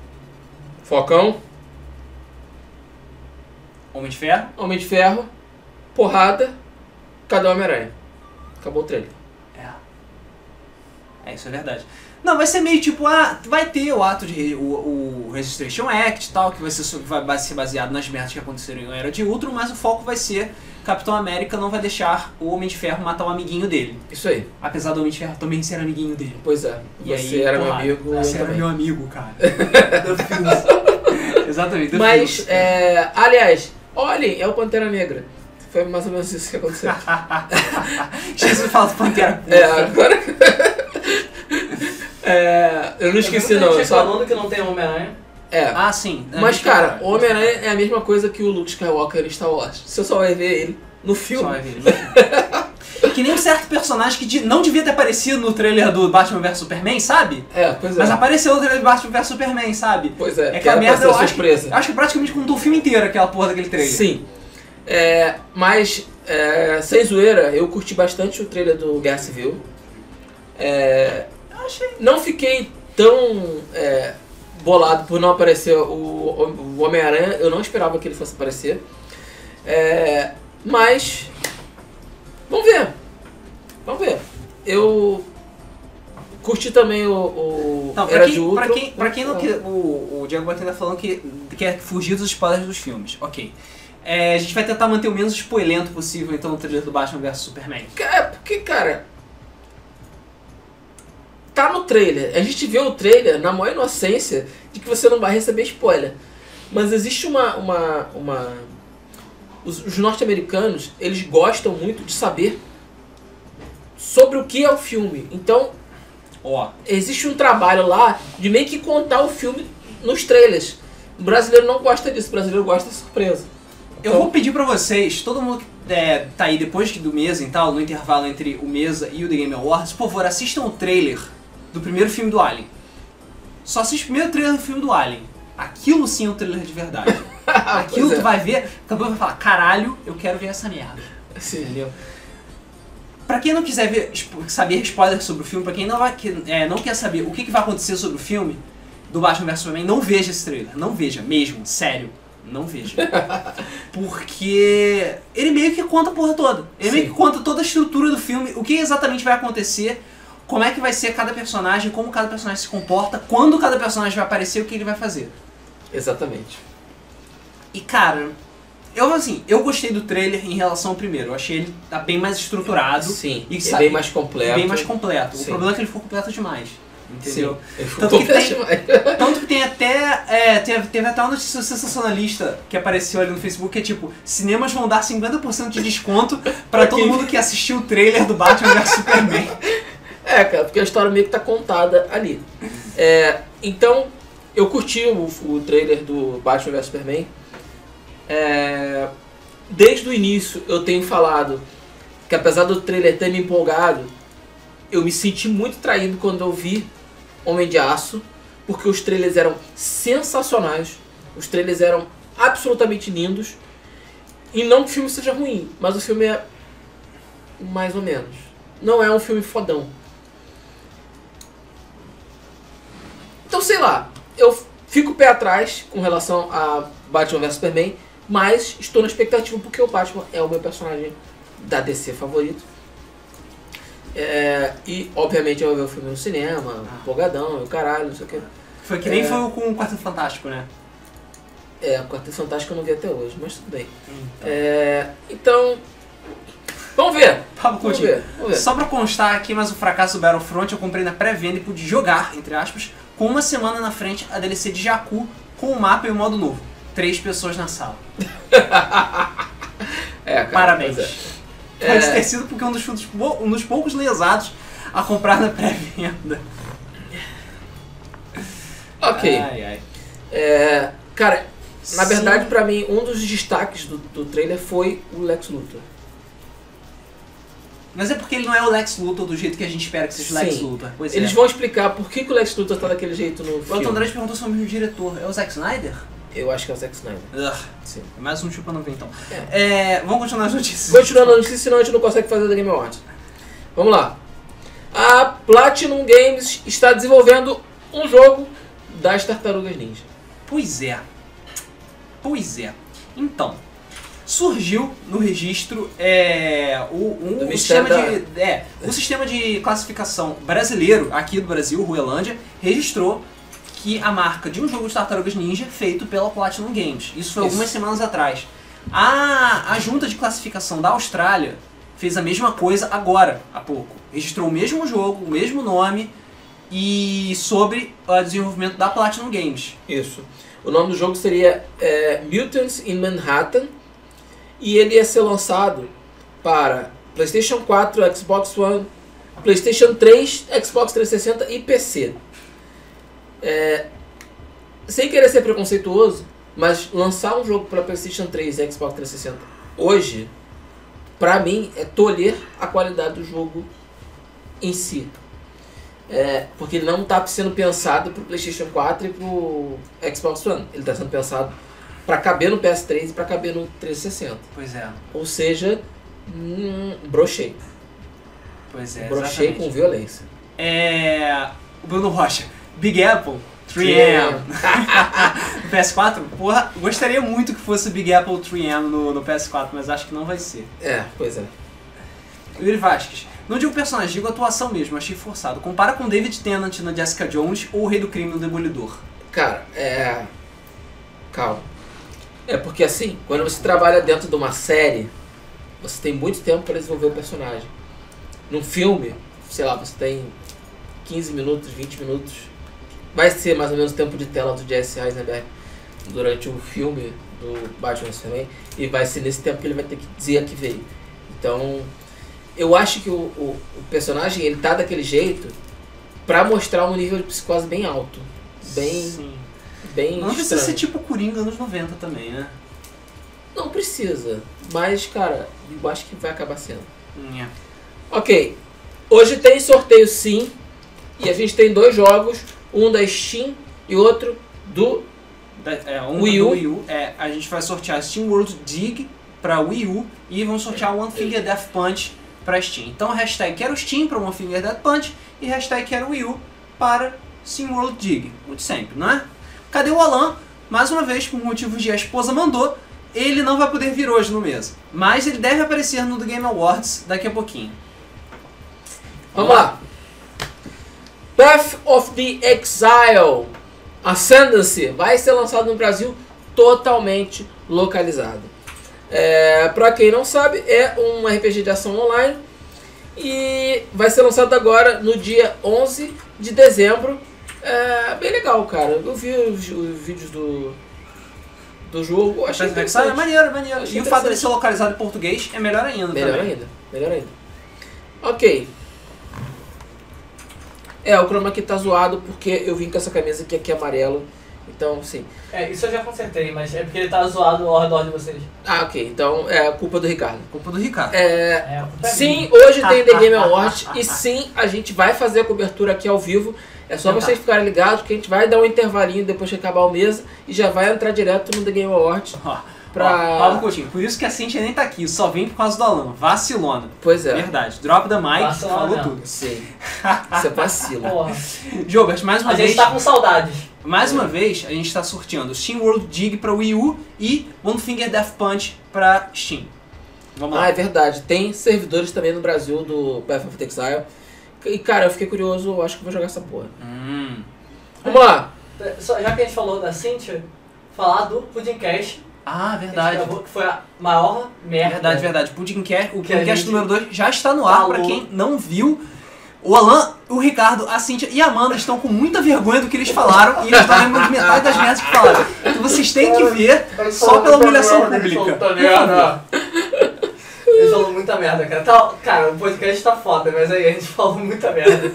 Focão, Homem de Ferro. Homem de Ferro, Porrada, Cadê o Homem-Aranha? Acabou o trailer. É. É, isso é verdade. Não, vai ser meio tipo, ah, vai ter o ato de. re- o, o Registration Act e tal, que vai ser, sobre- vai ba- ser baseado nas merdas que aconteceram em Era de Ultron, mas o foco vai ser Capitão América não vai deixar o Homem de Ferro matar o amiguinho dele. Isso aí, Apesar do Homem de Ferro também ser amiguinho dele. pois é. E Você aí, era meu porra, amigo. eu Você era também. meu amigo, cara. The Fields. Exatamente, The Mas, Fields. é, aliás, olhem, é o Pantera Negra. Foi mais ou menos isso que aconteceu. Esqueci de falar do Pantera. é, agora. É, eu não esqueci, não. eu Só... falando que não tem Homem-Aranha. É. Ah, sim. É, Mas, deixa eu cara, falar. Homem-Aranha é a mesma coisa que o Luke Skywalker em Star Wars. Você só vai ver ele no Só filme. vai ver, né? que nem um certo personagem que de- não devia ter aparecido no trailer do Batman vs Superman, sabe? É, pois é. Mas apareceu no trailer do Batman vs Superman, sabe? Pois é, É que que a era pra merda ser eu acho que, surpresa. acho que praticamente contou o filme inteiro aquela porra daquele trailer. Sim. É, mas, é, sem zoeira, eu curti bastante o trailer do Guerra Civil. É, Não fiquei tão é, bolado por não aparecer o, o Homem-Aranha. Eu não esperava que ele fosse aparecer. É, mas, vamos ver. Vamos ver. Eu curti também o, o Não, Então, pra, Era de quem, pra, Ultron. Ah. quem, pra quem não quer. O, o Diego Batista tá falando que quer fugir dos spoilers dos filmes. Ok. É, a gente vai tentar manter o menos spoilento possível, então, o trailer do Batman vs Superman. É, porque, cara. Tá no trailer. A gente vê o trailer na maior inocência de que você não vai receber spoiler. Mas existe uma. uma, uma... Os, os norte-americanos, eles gostam muito de saber sobre o que é o filme. Então, Ó. existe um trabalho lá de meio que contar o filme nos trailers. O brasileiro não gosta disso, o brasileiro gosta de surpresa. Eu vou pedir pra vocês, todo mundo que é, tá aí depois que- do mesa e tal, no intervalo entre o mesa e o The Game Awards, por favor, assistam o trailer do primeiro filme do Alien. Só assiste o primeiro trailer do filme do Alien. Aquilo sim é um trailer de verdade. Aquilo Pois é. tu vai ver, acabou vai falar, caralho, eu quero ver essa merda. Sim. Entendeu? Pra quem não quiser ver, spo- saber spoilers sobre o filme, pra quem não, vai, que- é, não quer saber o que, que vai acontecer sobre o filme do Batman vs Superman, não veja esse trailer. Não veja, mesmo, sério. Não veja. Porque ele meio que conta a porra toda. Ele meio Sim. que conta toda a estrutura do filme, o que exatamente vai acontecer, como é que vai ser cada personagem, como cada personagem se comporta, quando cada personagem vai aparecer, o que ele vai fazer. Exatamente. E cara, Eu, assim, eu gostei do trailer em relação ao primeiro. Eu achei ele tá bem mais estruturado, Sim, E e sabe- bem mais completo. bem mais completo. O Sim. problema é que ele ficou completo demais. Entendeu? Sim, ele Tanto que tem- ficou mais- Tanto que tem até. É, teve, teve até uma notícia sensacionalista que apareceu ali no Facebook que é tipo: cinemas vão dar 50% de desconto pra Pra todo quem- mundo que assistiu o trailer do Batman vs Superman. É, cara, porque a história meio que tá contada ali. É, então, eu curti o, o trailer do Batman vs Superman. É, desde o início eu tenho falado que apesar do trailer ter me empolgado, eu me senti muito traído quando eu vi Homem de Aço, porque os trailers eram sensacionais, os trailers eram absolutamente lindos. E não que o filme seja ruim, mas o filme é mais ou menos. Não é um filme fodão. Então, sei lá, eu fico pé atrás com relação a Batman vs Superman, mas estou na expectativa porque o Batman é o meu personagem da DC favorito. É, e, obviamente, eu vou ver o filme no cinema, empolgadão, e o caralho, não sei o que. Foi que nem foi o com o Quarteto Fantástico, né? É, o Quarteto Fantástico eu não vi até hoje, mas tudo bem. É, então, vamos ver. Papo Tá Vamos contigo. ver, vamos ver. Só pra constar aqui, mas o fracasso do Battlefront eu comprei na pré-venda e pude jogar, entre aspas, com uma semana na frente a DLC de Jakku com o mapa e o modo novo. Três pessoas na sala. É, cara, Parabéns. pois é. Pode ter sido porque um dos, um dos pou- um dos poucos lesados a comprar na pré-venda. Ok. Ai, ai. É, cara, na Sim. verdade, pra mim, um dos destaques do, do trailer foi o Lex Luthor. Mas é porque ele não é o Lex Luthor do jeito que a gente espera que seja o Lex Sim. Luthor. Pois Eles é. vão explicar por que, que o Lex Luthor tá daquele jeito no O Elton filme. Andrade perguntou se é o mesmo diretor. É o Zack Snyder? Eu acho que é o Zack Snyder. Ugh. Sim. Mais um tipo pra não ver então. É, vamos continuar as notícias. Continuando a notícia, senão a gente não consegue fazer da Game Awards. Vamos lá. A Platinum Games está desenvolvendo um jogo das Tartarugas Ninja. Pois é. Pois é. Então, surgiu no registro é, o, um- Do o sistema Ministério de, é, o sistema de classificação brasileiro aqui do Brasil, Ruelândia, registrou que a marca de um jogo de Tartarugas Ninja feito pela Platinum Games. Isso foi Isso. algumas semanas atrás. A, a junta de classificação da Austrália fez a mesma coisa agora, há pouco. Registrou o mesmo jogo, o mesmo nome e sobre o desenvolvimento da Platinum Games. Isso. O nome do jogo seria é, Mutants in Manhattan e ele ia ser lançado para PlayStation 4, Xbox One, PlayStation 3, Xbox 360 e PC. É, sem querer ser preconceituoso, mas lançar um jogo para PlayStation 3 e Xbox 360 hoje, pra mim, é tolher a qualidade do jogo em si. É, porque ele não está sendo pensado para o PlayStation 4 e para o Xbox One. Ele está sendo pensado para caber no PS3 e para caber no 360. Pois é. Ou seja, hum, brochei. Pois é, brochei com exatamente. violência. É... O Bruno Rocha. Big Apple. 3M. PS4? Porra, gostaria muito que fosse o Big Apple 3M no, no PS4, mas acho que não vai ser. É, pois é. Yuri Vasquez. Não digo personagem, digo atuação mesmo, achei forçado. Compara com David Tennant na Jessica Jones ou o Rei do Crime no Demolidor. Cara, é. Calma. É porque assim, quando você trabalha dentro de uma série, você tem muito tempo para desenvolver o personagem. Num filme, sei lá, você tem 15 minutos, 20 minutos. Vai ser mais ou menos o tempo de tela do Jesse Eisenberg durante o filme do Batman vs Superman. E vai ser nesse tempo que ele vai ter que dizer que veio. Então, eu acho que o, o- o personagem, ele tá daquele jeito pra mostrar um nível de psicose bem alto. Bem Sim. bem Não precisa ser estranho. tipo Coringa anos 90 também, né? Não precisa, mas cara, eu acho que vai acabar sendo. Nhé. Ok, hoje tem sorteio sim, e a gente tem dois jogos, um da Steam e outro do... Da- É, um Wii U. do Wii U. É, a gente vai sortear Steam World Dig pra Wii U e vamos sortear One Finger Death Punch pra Steam. Então hashtag quero Steam pra One Finger Death Punch e hashtag quero Wii U para Steam World Dig. O de sempre, não é? Cadê o Alan? Mais uma vez, por motivos de a esposa mandou, ele não vai poder vir hoje no mês. Mas ele deve aparecer no The Game Awards daqui a pouquinho. Vamos lá! Path of the Exile Ascendancy vai ser lançado no Brasil totalmente localizado. É, pra quem não sabe, é um RPG de ação online e vai ser lançado agora no dia 11 de dezembro. É bem legal, cara. Eu vi os, os vídeos do, do jogo, achei Ah, é interessante. maneiro, maneiro. Achei E o fato de interessante. ser localizado em português é melhor ainda Melhor também. ainda, melhor ainda. Ok. É, o chroma aqui tá zoado porque eu vim com essa camisa aqui, aqui amarelo. Então, sim. É, isso eu já consertei, mas é porque ele tá zoado ao redor de vocês. Ah, ok. Então é a culpa do Ricardo. Culpa do Ricardo. É, É, a culpa é minha. Sim, hoje tem The Game Awards e sim, a gente vai fazer a cobertura aqui ao vivo. É só vocês ficarem ligados que a gente vai dar um intervalinho depois que acabar o mês e já vai entrar direto no The Game Awards. Ó, Pra- ó, Pablo Coutinho, por isso que a Cintia nem tá aqui, só vem por causa do Alan. Vacilona. Pois é. Verdade. Drop the mic, Vacilona falou mesmo. tudo. Sim. Isso é vacilo. Porra. Jogos, mais uma A vez. gente tá com saudades. Mais uma vez, a gente tá sorteando Steam World Dig pra Wii U e One Finger Death Punch pra Steam. Vamos lá. Ah, é verdade. Tem servidores também no Brasil do Path of the Exile. E cara, eu fiquei curioso, eu acho que vou jogar essa porra. Hum. Vamos lá. É, Só- Já que a gente falou da Cynthia, falar do Pudim Cash. Ah, que a gente verdade. gravou, Que foi a maior merda. É Verdade, verdade. Pudimcast, o É. Que a Pudimcast gente número 2 já está no ar, falou. pra quem não viu. O Alan, o Ricardo, a Cintia e a Amanda estão com muita vergonha do que eles falaram e eles estão lembrando de metade das merdas que falaram. Então vocês têm que ver só pela humilhação pública. merda. Ele falou muita merda, cara. Tá- cara, o podcast tá foda, mas aí a gente falou muita merda.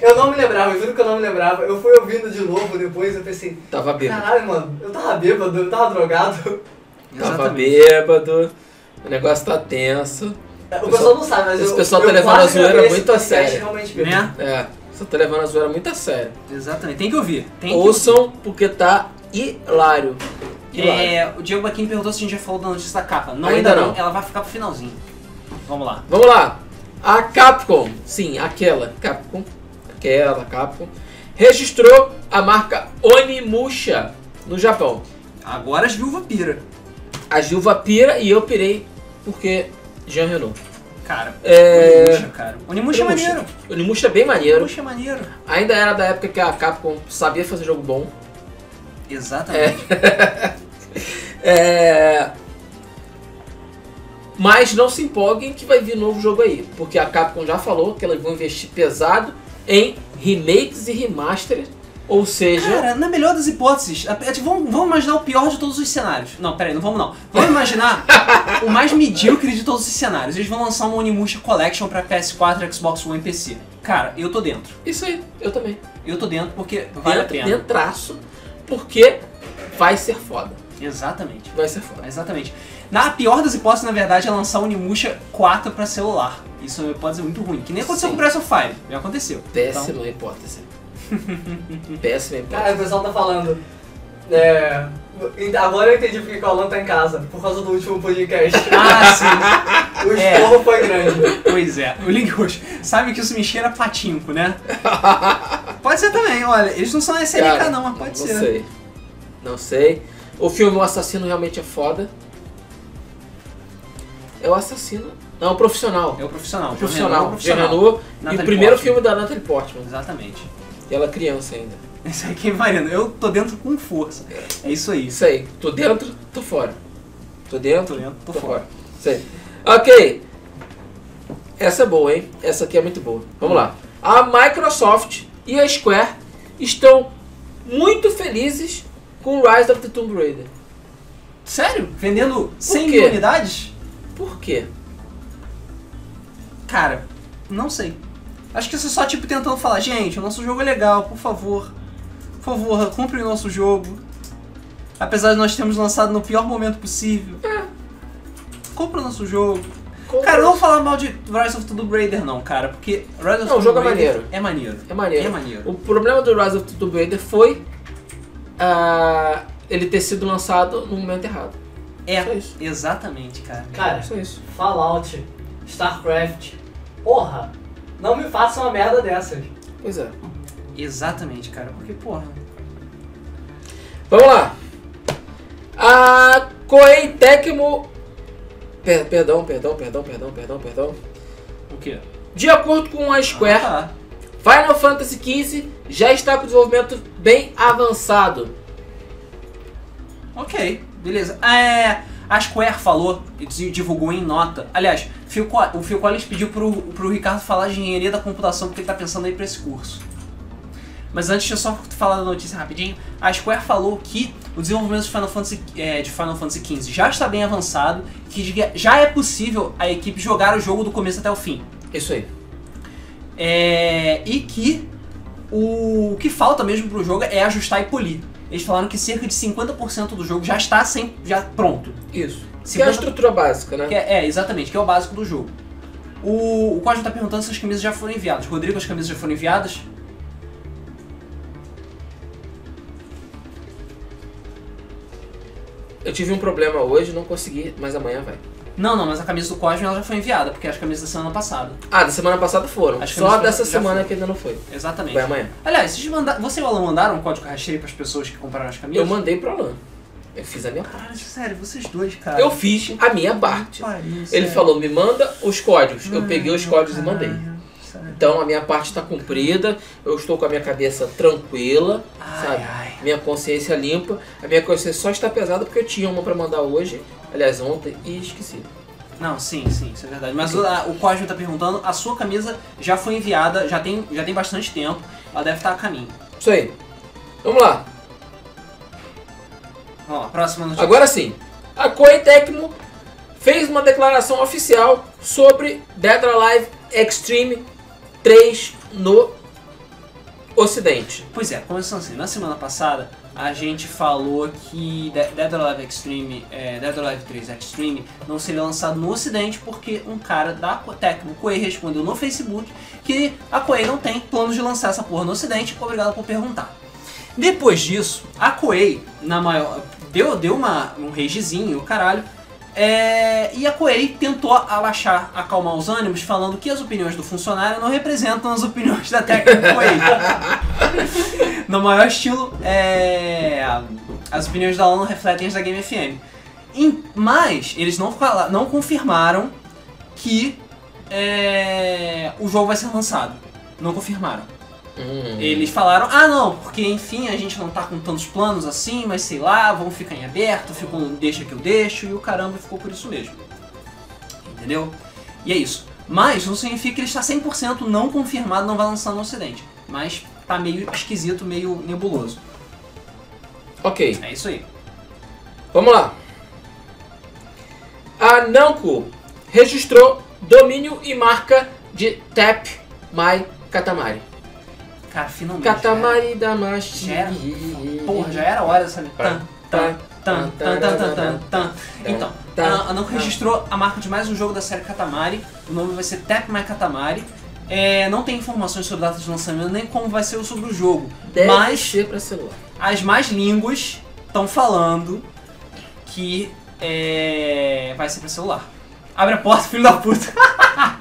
Eu não me lembrava, eu juro que eu não me lembrava. Eu fui ouvindo de novo depois, eu pensei, Tava bêbado. caralho, mano, eu tava bêbado, eu tava drogado. Tava Exatamente. bêbado. O negócio tá tenso. O pessoal não sabe, mas esse eu. pessoal eu tá levando quase a zoeira gravei esse muito a podcast sério. Realmente bêbado. Né? É, você tá levando a zoeira muito a sério. Exatamente. Tem que ouvir. Tem que Ouçam porque tá hilário. ouvir. Hilário. É, o Diego Baquinho perguntou se a gente já falou da notícia da capa. Não, Ainda ainda, não. não. Ela vai ficar pro finalzinho. Vamos lá. Vamos lá. A Capcom, sim, aquela Capcom, aquela Capcom, registrou a marca Onimusha no Japão. Agora as viúva pira. A Gilva pira e eu pirei porque Jean Renault. Cara, É. Onimusha, cara. Onimusha é Onimusha. maneiro. Onimusha é bem maneiro. Onimusha é maneiro. Ainda era da época que a Capcom sabia fazer jogo bom. Exatamente. É... Mas não se empolguem que vai vir novo jogo aí, porque a Capcom já falou que elas vão investir pesado em remakes e remasters, ou seja, Cara, na melhor das hipóteses, a- é, tipo, vamos, vamos imaginar o pior de todos os cenários. Não, peraí, não vamos não. Vamos imaginar o mais medíocre de todos os cenários. Eles vão lançar uma Onimusha Collection pra PS4, Xbox One e PC. Cara, eu tô dentro. isso aí, eu também. Eu tô dentro porque vale a Dentro- pena. Dentraço, porque vai ser foda. Exatamente. Vai ser foda. Exatamente. Na pior das hipóteses, na verdade, é lançar o Onimusha 4 pra celular. Isso é uma hipótese muito ruim. Que nem aconteceu Sim. com o Breath of Fire. Já aconteceu. Péssima hipótese. Péssima Cara, o hipótese. pessoal tá falando. É. Agora eu entendi porque que o Alan tá em casa, por causa do último podcast. Então... Ah, sim. O É. esporro foi grande. Pois é, o Link Roxo. Sabe que isso me cheira a patinco, né? pode ser também, olha. Eles não são SNK Cara, tá não, mas pode não ser. sei. Não sei. O filme O Assassino realmente é foda. É o assassino. Não, o profissional. É o profissional. Jean Reno é o profissional, Jean profissional. Reno, e o Natalie primeiro Portman. filme da Natalie Portman. Exatamente. E ela é criança ainda. Isso aí, quem Mariano. Eu tô dentro com força. É isso aí. Isso aí, tô dentro, tô fora. Tô dentro, Tô dentro, tô fora. Isso aí. Ok. Essa é boa, hein? Essa aqui é muito boa. Vamos lá. A Microsoft e a Square estão muito felizes com Rise of the Tomb Raider. Sério? Vendendo 100 quê? mil unidades? Por quê? Cara, não sei. Acho que isso é só tipo tentando falar, gente, o nosso jogo é legal, por favor. Por favor, compre o nosso jogo. Apesar de nós termos lançado no pior momento possível. É. Compra o nosso jogo. Cara, eu não vou falar mal de Rise of the Tomb Raider não, cara, porque Rise of Não, o the jogo é Tomb Raider maneiro. é maneiro. É maneiro. É maneiro. O problema do Rise of the Tomb Raider foi ah, ele ter sido lançado no momento errado. Só É, isso. exatamente, cara. Cara, Só isso. Fallout, StarCraft. Porra, não me faça uma merda dessas. Pois é. Exatamente, cara, porque porra. Vamos lá. A Koei Tecmo... Per- perdão, perdão, perdão, perdão, perdão, perdão. O quê? De acordo com a Square, Ah, Final Fantasy XV já está com o desenvolvimento bem avançado. ok, beleza. É, A Square falou e des- divulgou em nota. Aliás, Phil Co- o Phil Collins pediu pro, pro Ricardo falar de engenharia da computação porque ele tá pensando aí pra esse curso. Mas antes, deixa eu só falar da notícia rapidinho. A Square falou que o desenvolvimento de Final Fantasy, eh, de Final Fantasy XV já está bem avançado, que já é possível a equipe jogar o jogo do começo até o fim. Isso aí. É, e que o que falta mesmo pro jogo é ajustar e polir. Eles falaram que cerca de 50% do jogo já está sem, já pronto. Isso. Que é 50 a estrutura básica, né? que é, é, exatamente, que é o básico do jogo. O, o Cosmo tá perguntando se as camisas já foram enviadas. Rodrigo, as camisas já foram enviadas? Eu tive um problema hoje, não consegui, mas amanhã vai. Não, não, mas a camisa do Cosmo ela já foi enviada, porque é as camisas da semana passada. Ah, da semana passada foram. Acho que Só eles dessa já semana foram. que ainda não foi. Exatamente. Vai amanhã. Aliás, vocês manda... você e o Alan mandaram um código rastreio pras pessoas que compraram as Eu camisas? mandei pro Alan. Eu fiz a minha parte. Caralho, sério, vocês dois, cara. Eu fiz a minha parte. Pariu, Ele sério. falou, me manda os códigos. Eu peguei os Ai, códigos e mandei. caralho, sério. Então a minha parte está cumprida, eu estou com a minha cabeça tranquila, Ai, sabe? ai. Minha consciência limpa. A minha consciência só está pesada porque eu tinha uma para mandar hoje, aliás ontem, e esqueci. Não, sim, sim, isso é verdade. Mas o, a, o Cosmo tá perguntando, a sua camisa já foi enviada, já tem, já tem bastante tempo, ela deve estar a caminho. Isso aí. Vamos lá. Vamos lá, próxima notícia. Agora sim. A Koei Tecmo fez uma declaração oficial sobre Dead or Alive Extreme 3 no Ocidente. Pois é, começando assim, na semana passada a gente falou que De- Dead or Alive Extreme, é, Dead or Alive 3 Extreme não seria lançado no ocidente porque um cara da Co- Tecmo, Koei, respondeu no Facebook que a Koei não tem planos de lançar essa porra no ocidente, obrigado por perguntar. Depois disso, a Koei, na maior, deu, deu uma, um ragezinho, caralho, é, e a Koei tentou abaixar, acalmar os ânimos, falando que as opiniões do funcionário não representam as opiniões da técnica Koei. no maior estilo, é, as opiniões da ONU refletem as da Game FM. Em- mas eles não, fala- não confirmaram que é, o jogo vai ser lançado. Não confirmaram. Hum. Eles falaram, ah não, porque enfim, a gente não tá com tantos planos assim, mas sei lá, vamos ficar em aberto, ficou um deixa que eu deixo, e o caramba ficou por isso mesmo. Entendeu? E é isso. Mas não significa que ele está 100% não confirmado, não vai lançar no ocidente. Mas tá meio esquisito, meio nebuloso. Ok. É isso aí. Vamos lá. A Namco registrou domínio e marca de Tap My Katamari. Cara, finalmente. Katamari é. Damashi. Já era? Porra, já era hora dessa. Tan, tan, tan, tan, tan, tan, tan, tan. Então, a, a Namco registrou a marca de mais um jogo da série Katamari. O nome vai ser Tap My Katamari. É, não tem informações sobre data de lançamento nem como vai ser o- sobre o jogo. Deve tá. mas ser pra celular. as mais línguas estão falando que é, vai ser pra celular. Abre a porta, filho da puta.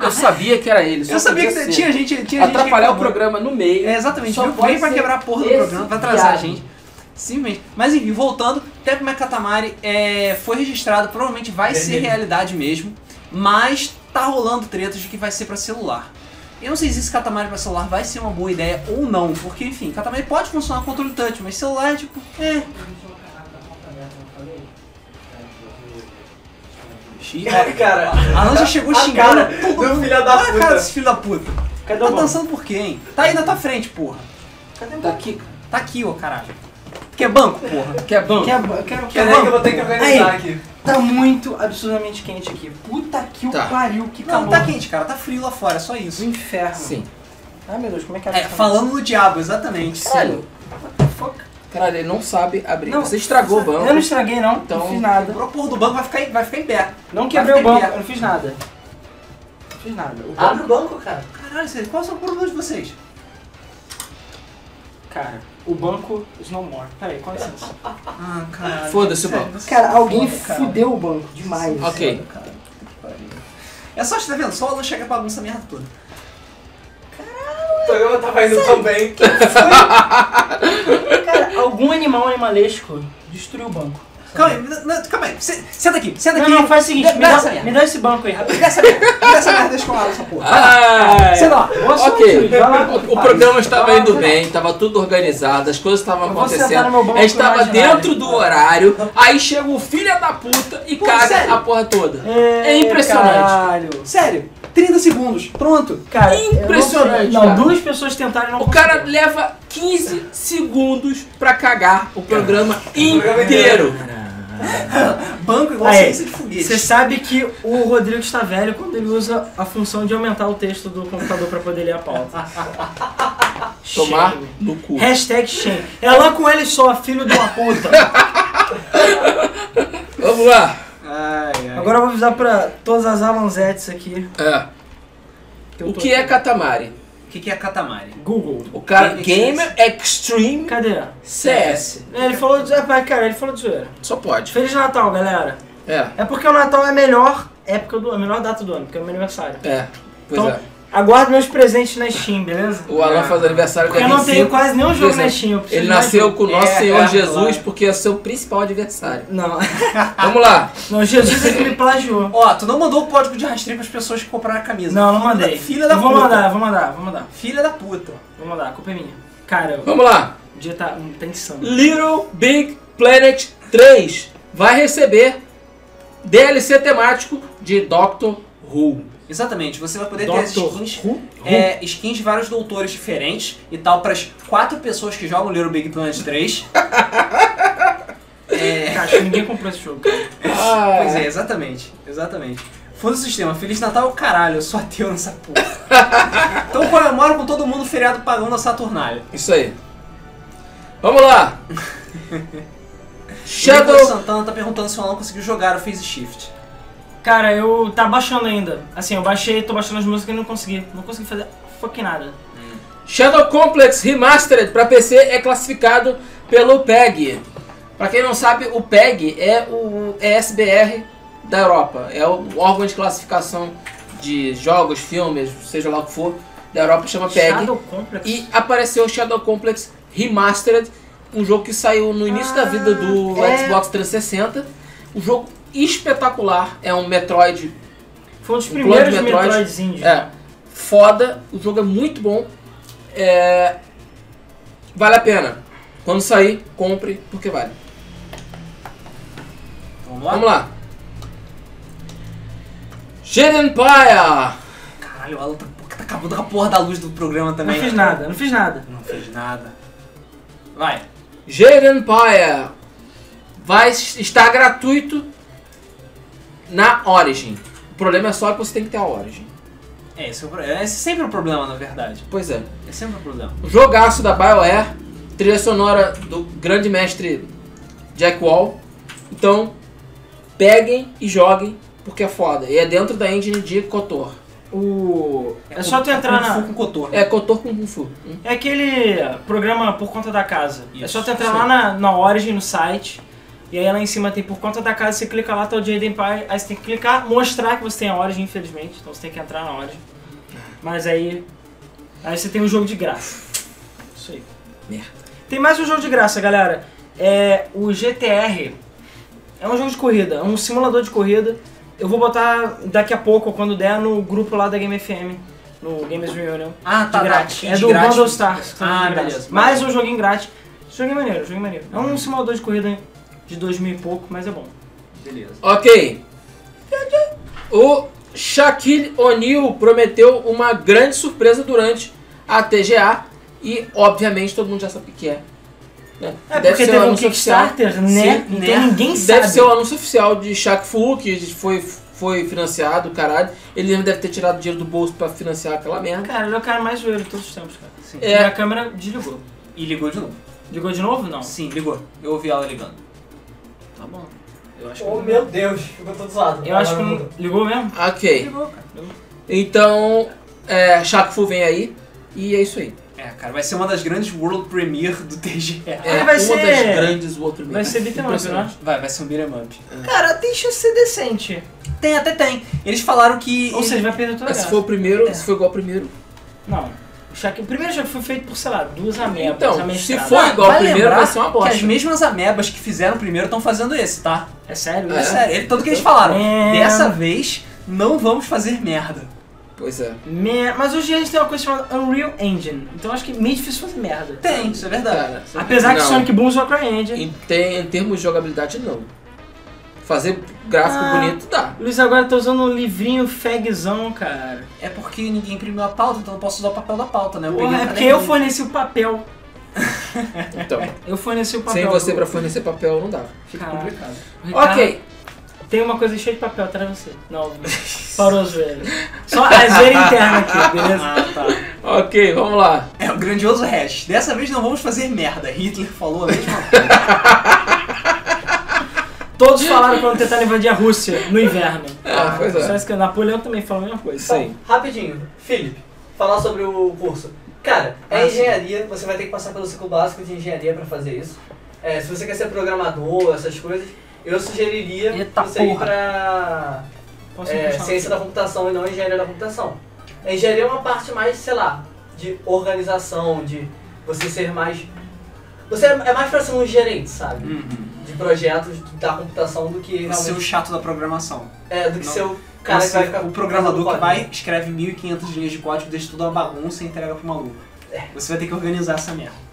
Eu sabia que era ele. só Eu sabia podia que ser. tinha gente. Tinha gente Atrapalhar o reclamando. programa no meio. É, exatamente, Só viu? pode Vem pra ser quebrar a porra do esse programa, pra atrasar a viado. gente. Simplesmente. Mas enfim, voltando, Tep Katamari é, foi registrado, provavelmente vai ser realidade mesmo, mas tá rolando tretas de que vai ser pra celular. Eu não sei se esse Katamari pra celular vai ser uma boa ideia ou não, porque enfim, Katamari pode funcionar com controle touch, mas celular é tipo, é. Xi- É, Cara, é. A Alan já chegou a xingando cara todo do mundo. filho da Olha a cara puta. desse filho da puta. Cadê Tá o mano? dançando por quê, hein? Tá aí na tua frente, porra. Cadê o Tá aqui. cara. Tá aqui, ô caralho. Quer banco, porra? Que é bom. Quer- quero- Peraí que eu vou ter que organizar Aí. aqui. Tá muito absurdamente quente aqui. Puta que Tá. o pariu, que Não, calor. tá quente, cara. Tá frio lá fora, é só Do isso. inferno. Sim. Ai meu Deus, como é que É, essa- falando do diabo, exatamente. Caralho. Caralho, ele não sabe abrir. Você estragou o banco. tá Eu não estraguei não, Então- não fiz nada. Quebrou a porra do banco, vai ficar, em- vai ficar em pé. Não quebrei o Vai banco, ficar em eu não fiz nada. Não fiz nada. O Ah. banco, Abre o banco, cara. pé. Caralho, sério, qual é o seu problema de vocês? cara, o banco is no more. Peraí, com licença. Ah, caralho. Foda-se o Sério, banco. vocês Cara, são alguém foda, cara. fudeu o banco demais. Ok. Cara, puta que pariu. É só, tá vendo? Só o Alan chega e bagunça a merda toda. O programa tava indo tão bem. Cara, algum animal animalesco destruiu o banco. Calma aí, não, não, calma aí. Se- Senta aqui, senta Não, aqui. não, faz o seguinte, Dá- me dá essa dá, merda. me dá esse banco aí rapidinho. Me dá essa merda, me dá essa merda, deixa eu falar essa porra. Ai, Senta continuar. Bom Ok, assunto, vai lá. o, o programa estava indo bem, estava tudo organizado, as coisas estavam Eu vou sentar acontecendo. no meu banco A gente estava imaginário. dentro do horário, aí chega o filho da puta e Pô, caga sério? a porra toda. É, É impressionante. Caralho. Sério, 30 segundos, pronto. Cara, Impressionante, eu Não, não, cara. duas pessoas tentaram e não O cara conseguiram. leva 15 segundos pra cagar o programa programa inteiro. Banco igual Aí, ciência de foguete. É, Você sabe que o Rodrigo está velho quando ele usa a função de aumentar o texto do computador pra poder ler a pauta. Tomar Shame. no cu. Hashtag shame. É lá com ele só, filho de uma puta. Vamos lá. Ai, ai. Agora eu vou avisar pra todas as Alanzettes aqui. É. eu O tô que é Katamari? o que, que é Katamari? Google. O cara Game Gamer Extreme Cadê? CS. Ele falou de... é, mas, Cara, ele falou de zoeira. Só pode. Feliz Natal, galera. É, É porque o Natal é a melhor época do... A melhor data do ano, porque é o meu aniversário. é. Pois Então, é. Aguardo meus presentes na Steam, beleza? O Alan faz aniversário com Porque eu não tenho quase nenhum jogo na Steam. eu preciso é. Ele de mais um. nasceu jogo. com o nosso É, Senhor é, Jesus claro. porque é seu principal adversário. Não, Vamos lá. não, Jesus é que me plagiou. Ó, tu não mandou o código de rastreio pras pessoas que compraram a camisa. Não, não mandei. Filha da vou puta. mandar, vou mandar, vou mandar. Filha da puta. Vou mandar, a culpa é minha. Cara, o Vamos lá. dia tá, tá insano. Little Big Planet 3 vai receber DLC temático de Doctor Who. Exatamente, você vai poder ter as Doctor skins. Who? é, skins de vários doutores diferentes e tal, pras quatro pessoas que jogam Little Big Planet 3. é, Cara, acho que ninguém comprou esse jogo. cara. Ah, pois é, exatamente, exatamente. Foda o sistema, Feliz Natal, caralho, eu sou ateu nessa porra. então comemora com todo mundo o feriado pagão da Saturnália. Isso aí. Vamos lá. O Nicolas Shadow. Santana tá perguntando se o Alan conseguiu jogar o Phase Shift. Cara, eu tá baixando ainda. Assim, eu baixei, tô baixando as músicas e não consegui. Não consegui fazer fucking nada. Shadow Complex Remastered para PC é classificado pelo PEG. Para quem não sabe, o PEG é o ESBR da Europa. É o órgão de classificação de jogos, filmes, seja lá o que for, da Europa chama PEG. Shadow Complex. E apareceu Shadow Complex Remastered, um jogo que saiu no início da vida do Ah, é. Xbox 360. Um jogo espetacular, é um Metroid Foi um dos o primeiros Blood Metroid- Metroids indie. é, foda, o jogo é muito bom. é, vale a pena. Quando sair, compre, porque vale. Vamos lá? Vamos lá. Jade Empire! Caralho, o Alan tá, tá acabando com a porra da luz do programa Não também. né? fiz nada, não fiz nada. Não fez nada. Vai. Jade Empire vai estar gratuito na Origin. O problema é só que você tem que ter a Origin. É, esse é, o pro- esse é sempre o problema, na verdade. Pois é. É sempre o problema. Jogaço da BioWare, trilha sonora do grande mestre Jack Wall. Então, peguem e joguem, porque é foda. E é dentro da engine de Kotor. O... É só tu entrar Kung na... Fu com cotor. É Kotor com Kung Fu. É aquele programa por conta da casa. é Isso, só tu entrar sim. lá na, na Origin, no site. E aí lá em cima tem por conta da casa, você clica lá, tá o Jaden Pie. Aí você tem que clicar, mostrar que você tem a Origin, infelizmente. Então você tem que entrar na Origin. Mas aí. Aí você tem um jogo de graça. Isso aí. Merda. Tem mais um jogo de graça, galera. É o GTR. É um jogo de corrida, é um simulador de corrida. Eu vou botar daqui a pouco, quando der, no grupo lá da Game FM, no Gamers Reunion. Ah, De tá, tá, grátis. de É do grátis. Bundle Stars. que tá Ah, de graça. beleza. Mais um joguinho grátis. Esse jogo é maneiro, jogo é maneiro. É um simulador de corrida de 2000 e pouco, mas é bom. Beleza. Ok. O Shaquille O'Neal prometeu uma grande surpresa durante a TGA. E, obviamente, todo mundo já sabe o que é. né? É Deve porque ser teve um anúncio oficial. Kickstarter, né? Sim, então né? ninguém sabe. Deve ser um- o anúncio oficial de Shaq Fu, que foi, foi financiado, caralho. Ele mesmo deve ter tirado dinheiro do bolso pra financiar aquela merda. Cara, ele é o cara mais joelho de todos os tempos, cara. Sim. É. E a câmera desligou. E ligou de novo. Ligou de novo? Não. Sim, ligou. Eu ouvi ela ligando. Tá bom. Eu acho Oh meu Deus, ficou todo zoado. Eu acho que não. Ligou mesmo? Ok. Ligou, cara. Então, é, Shaq Fu vem aí. E é isso aí. É, cara, vai ser uma das grandes world premiere do TGE. É Ah, vai uma ser- das grandes outro Vai ser beat'em up, né? Vai, vai ser um beat'em up. Cara, deixa ser decente. Tem, até tem. Eles falaram que... Ou seja, vai perder toda a Se graça. É. for o primeiro, se for igual ao primeiro. Não. O Shaq- o primeiro já foi feito por, sei lá, duas amebas. Então, amestradas. se for- igual ao primeiro, lembrar vai ser uma bosta. que as mesmas amebas que fizeram o primeiro estão fazendo esse, tá? É sério? É, isso? sério. Ele, tanto que eles falaram, É. dessa vez não vamos fazer merda. Pois é. Me- Mas hoje a gente tem uma coisa chamada Unreal Engine, então acho que é meio difícil fazer merda. Tem, isso é verdade. Cara, Apesar que não. Sonic Boom usou a CryEngine. Em, tem- em termos de jogabilidade, não. Fazer gráfico Ah. bonito dá. Luiz agora tá usando um livrinho fagzão, cara. É porque ninguém imprimiu a pauta, então eu posso usar o papel da pauta, né? Eu peguei Porra, um é porque eu caderninho. forneci o papel. Então, Eu forneci o papel. sem você do- pra fornecer papel, não dá. Fica Caraca. complicado. Ricardo, Ok. Tem uma coisa cheia de papel atrás de você. Não, parou a zoeira. Só a zoeira interna aqui, beleza? Ah, tá. Ok, vamos lá. Tá. É o grandioso hash. Dessa vez não vamos fazer merda. Hitler falou a mesma coisa. Todos falaram quando tentaram invadir a Rússia no inverno. Ah, pois é. Só isso que Napoleão também falou a mesma coisa. Sim. Rapidinho, Felipe, falar sobre o curso. Cara, Ah, é sim. engenharia, você vai ter que passar pelo ciclo básico de engenharia pra fazer isso. É, se você quer ser programador, essas coisas, eu sugeriria Eita você ir porra. pra Posso é, puxar um- ciência da computação e não engenharia da computação. A engenharia é uma parte mais, sei lá, de organização, de você ser mais. Você é é mais pra ser um gerente, sabe? De projetos da computação do que Ser o realmente. chato da programação. É, do que não- ser o cara que Você- vai ficar. o programador que fazendo vai, escreve 1500 linhas de código, deixa tudo uma bagunça e entrega pro maluco. Você vai ter que organizar essa merda.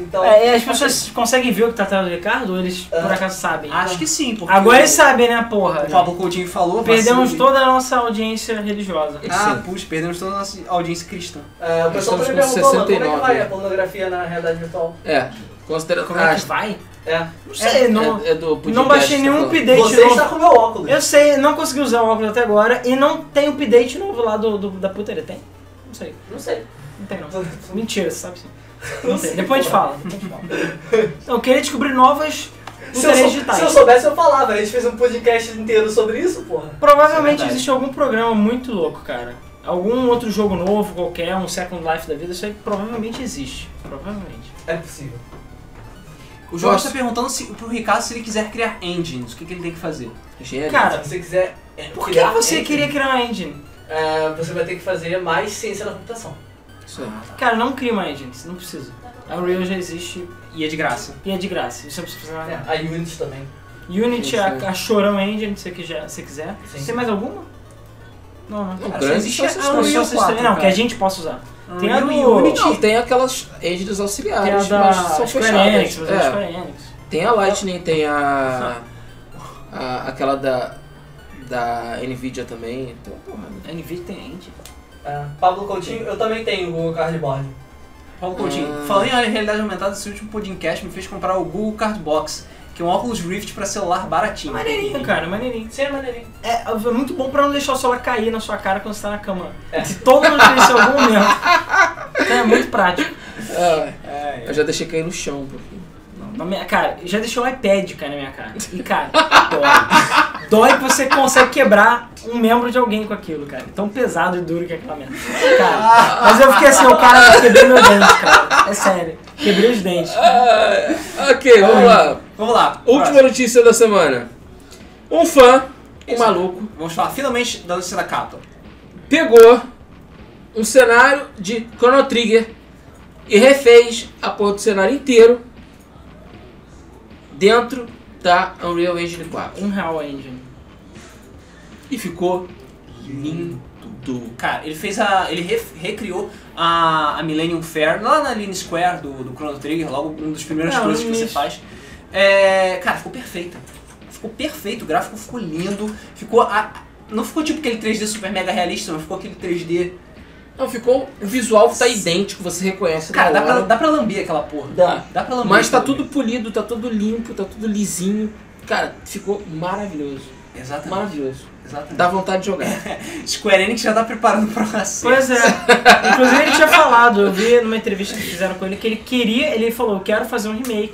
Então, É, e as pessoas conseguem ver o que tá atrás do Ricardo ou eles por Ah. acaso sabem? Acho que sim, porque Então, Agora o- eles sabem, né, porra? o Pablo Coutinho falou, Perdemos vacilo. toda a nossa audiência religiosa. Ah, puxa, perdemos toda a nossa audiência cristã. É, o pessoal Estamos também com perguntou, mano, como é que 69. vai a pornografia na realidade virtual? É. Considera. Como é que Ah, vai? É. Não sei, é- não, é do não podcast, baixei tá nenhum falando. update Você novo. está com meu óculos. Eu sei, não consegui usar o óculos até agora e não tem update novo lá do, do- da putaria. Tem? Não sei. Não sei. Não tem não. Tô- Mentira, você sabe sim. Não Não sei, tem. Depois a gente fala. Depois a gente fala. Então, eu queria descobrir novas Se eu, putarias sou, digitais. se eu soubesse, eu falava. A gente fez um podcast inteiro sobre isso, porra. Isso Provavelmente é verdade. existe algum programa muito louco, cara. Algum outro jogo novo, qualquer, um Second Life da vida, isso aí provavelmente existe. Provavelmente. É possível. O Jorge Posso? está perguntando se, pro Ricardo se ele quiser criar engines, o que, que ele tem que fazer? Engenharia. Cara, Se você quiser. é, por que criar você engine, queria criar uma engine? é, você vai ter que fazer mais ciência da computação. Isso aí. Cara, não cria uma engine, você não precisa. A Unreal já existe E é de graça. e é de graça, você Ah, não precisa fazer mais É, nada. a Unity também. Unity é Isso a, a chorão engine, se você quiser. Se quiser. Sim. Tem mais alguma? Não, né? não. Não, Cara, só grande existe só a esses Unreal dois. Só vocês quatro, três- não, que cara. a gente possa usar. Tem a Unreal um. do- e Unity. Não, tem aquelas engines Tem a auxiliares, da mas são Square fechadas. Enix, mas é da É. Square Enix. Tem a Lightning, tem a, a- aquela da da Nvidia também, então porra. A Nvidia tem engine. É, Pablo Coutinho, eu também tenho o Google Cardboard. Paulo Coutinho, Ah. um falando em realidade aumentada, esse último podcast me fez comprar o Google Cardbox, que é um óculos Rift pra celular baratinho. Maneirinho, cara, maneirinho. Sim, é maneirinho. É, é muito bom pra não deixar o celular cair na sua cara quando você tá na cama. É. Se todo mundo tem isso em algum momento. Então é muito prático. Ah, É, eu já deixei cair no chão um pouquinho. Não, na minha- cara, já deixou um iPad cair na minha cara. E, cara, dói. Dói que você consegue quebrar um membro de alguém com aquilo, cara. Tão pesado e duro que é aquela merda. Cara, mas eu fiquei assim, o cara eu quebrei meu dente, cara. É sério. Quebrei os dentes. Ah, ok, vamos lá. Vamos lá. Última próximo. notícia da semana. Um fã, um maluco, Vamos falar finalmente da notícia da capa. pegou um cenário de Chrono Trigger e refez a porra do cenário inteiro dentro da Unreal Engine 4. Um real engine. E ficou lindo. Cara, ele fez a. ele re- recriou a, a Millennium Fair lá na Line Square do, do Chrono Trigger, logo um dos primeiros É, coisas um que você lixo. faz. É, cara, ficou perfeito. Ficou perfeito, o gráfico ficou lindo, ficou. a- não ficou tipo aquele 3D super mega realista, mas ficou aquele 3D. Não, ficou. O visual tá idêntico, você reconhece. Cara, na dá pra, hora. dá pra lamber aquela porra. Dá. Dá pra lamber. Mas tá aquilo. tudo polido, tá tudo limpo, tá tudo lisinho. Cara, ficou maravilhoso. Exatamente. Maravilhoso. exatamente. Dá vontade de jogar. Square Enix já tá preparando pra nascer. Pois é. Inclusive ele tinha falado, eu vi numa entrevista que fizeram com ele, que ele queria, ele falou, eu quero fazer um remake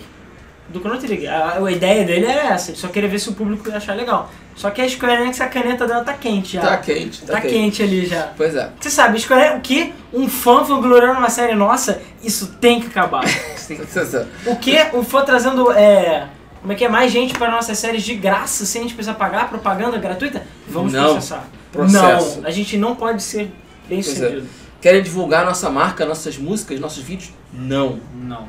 do Chrono Trigger. A, a ideia dele era essa, ele só queria ver se o público ia achar legal. Só que a Square Enix, a caneta dela tá quente já. Tá quente, tá, Tá quente ali já. Pois é. Você sabe, Square Enix, o que? Um fã vangloriando uma série nossa, isso tem que acabar. é. O que? O fã trazendo, é... Como é que é? Mais gente para nossas séries de graça, sem a gente precisar pagar, propaganda gratuita? Vamos Não. processar. Processo. Não, a gente não pode ser bem Pois é. sucedido. Querem divulgar nossa marca, nossas músicas, nossos vídeos? Não. Não.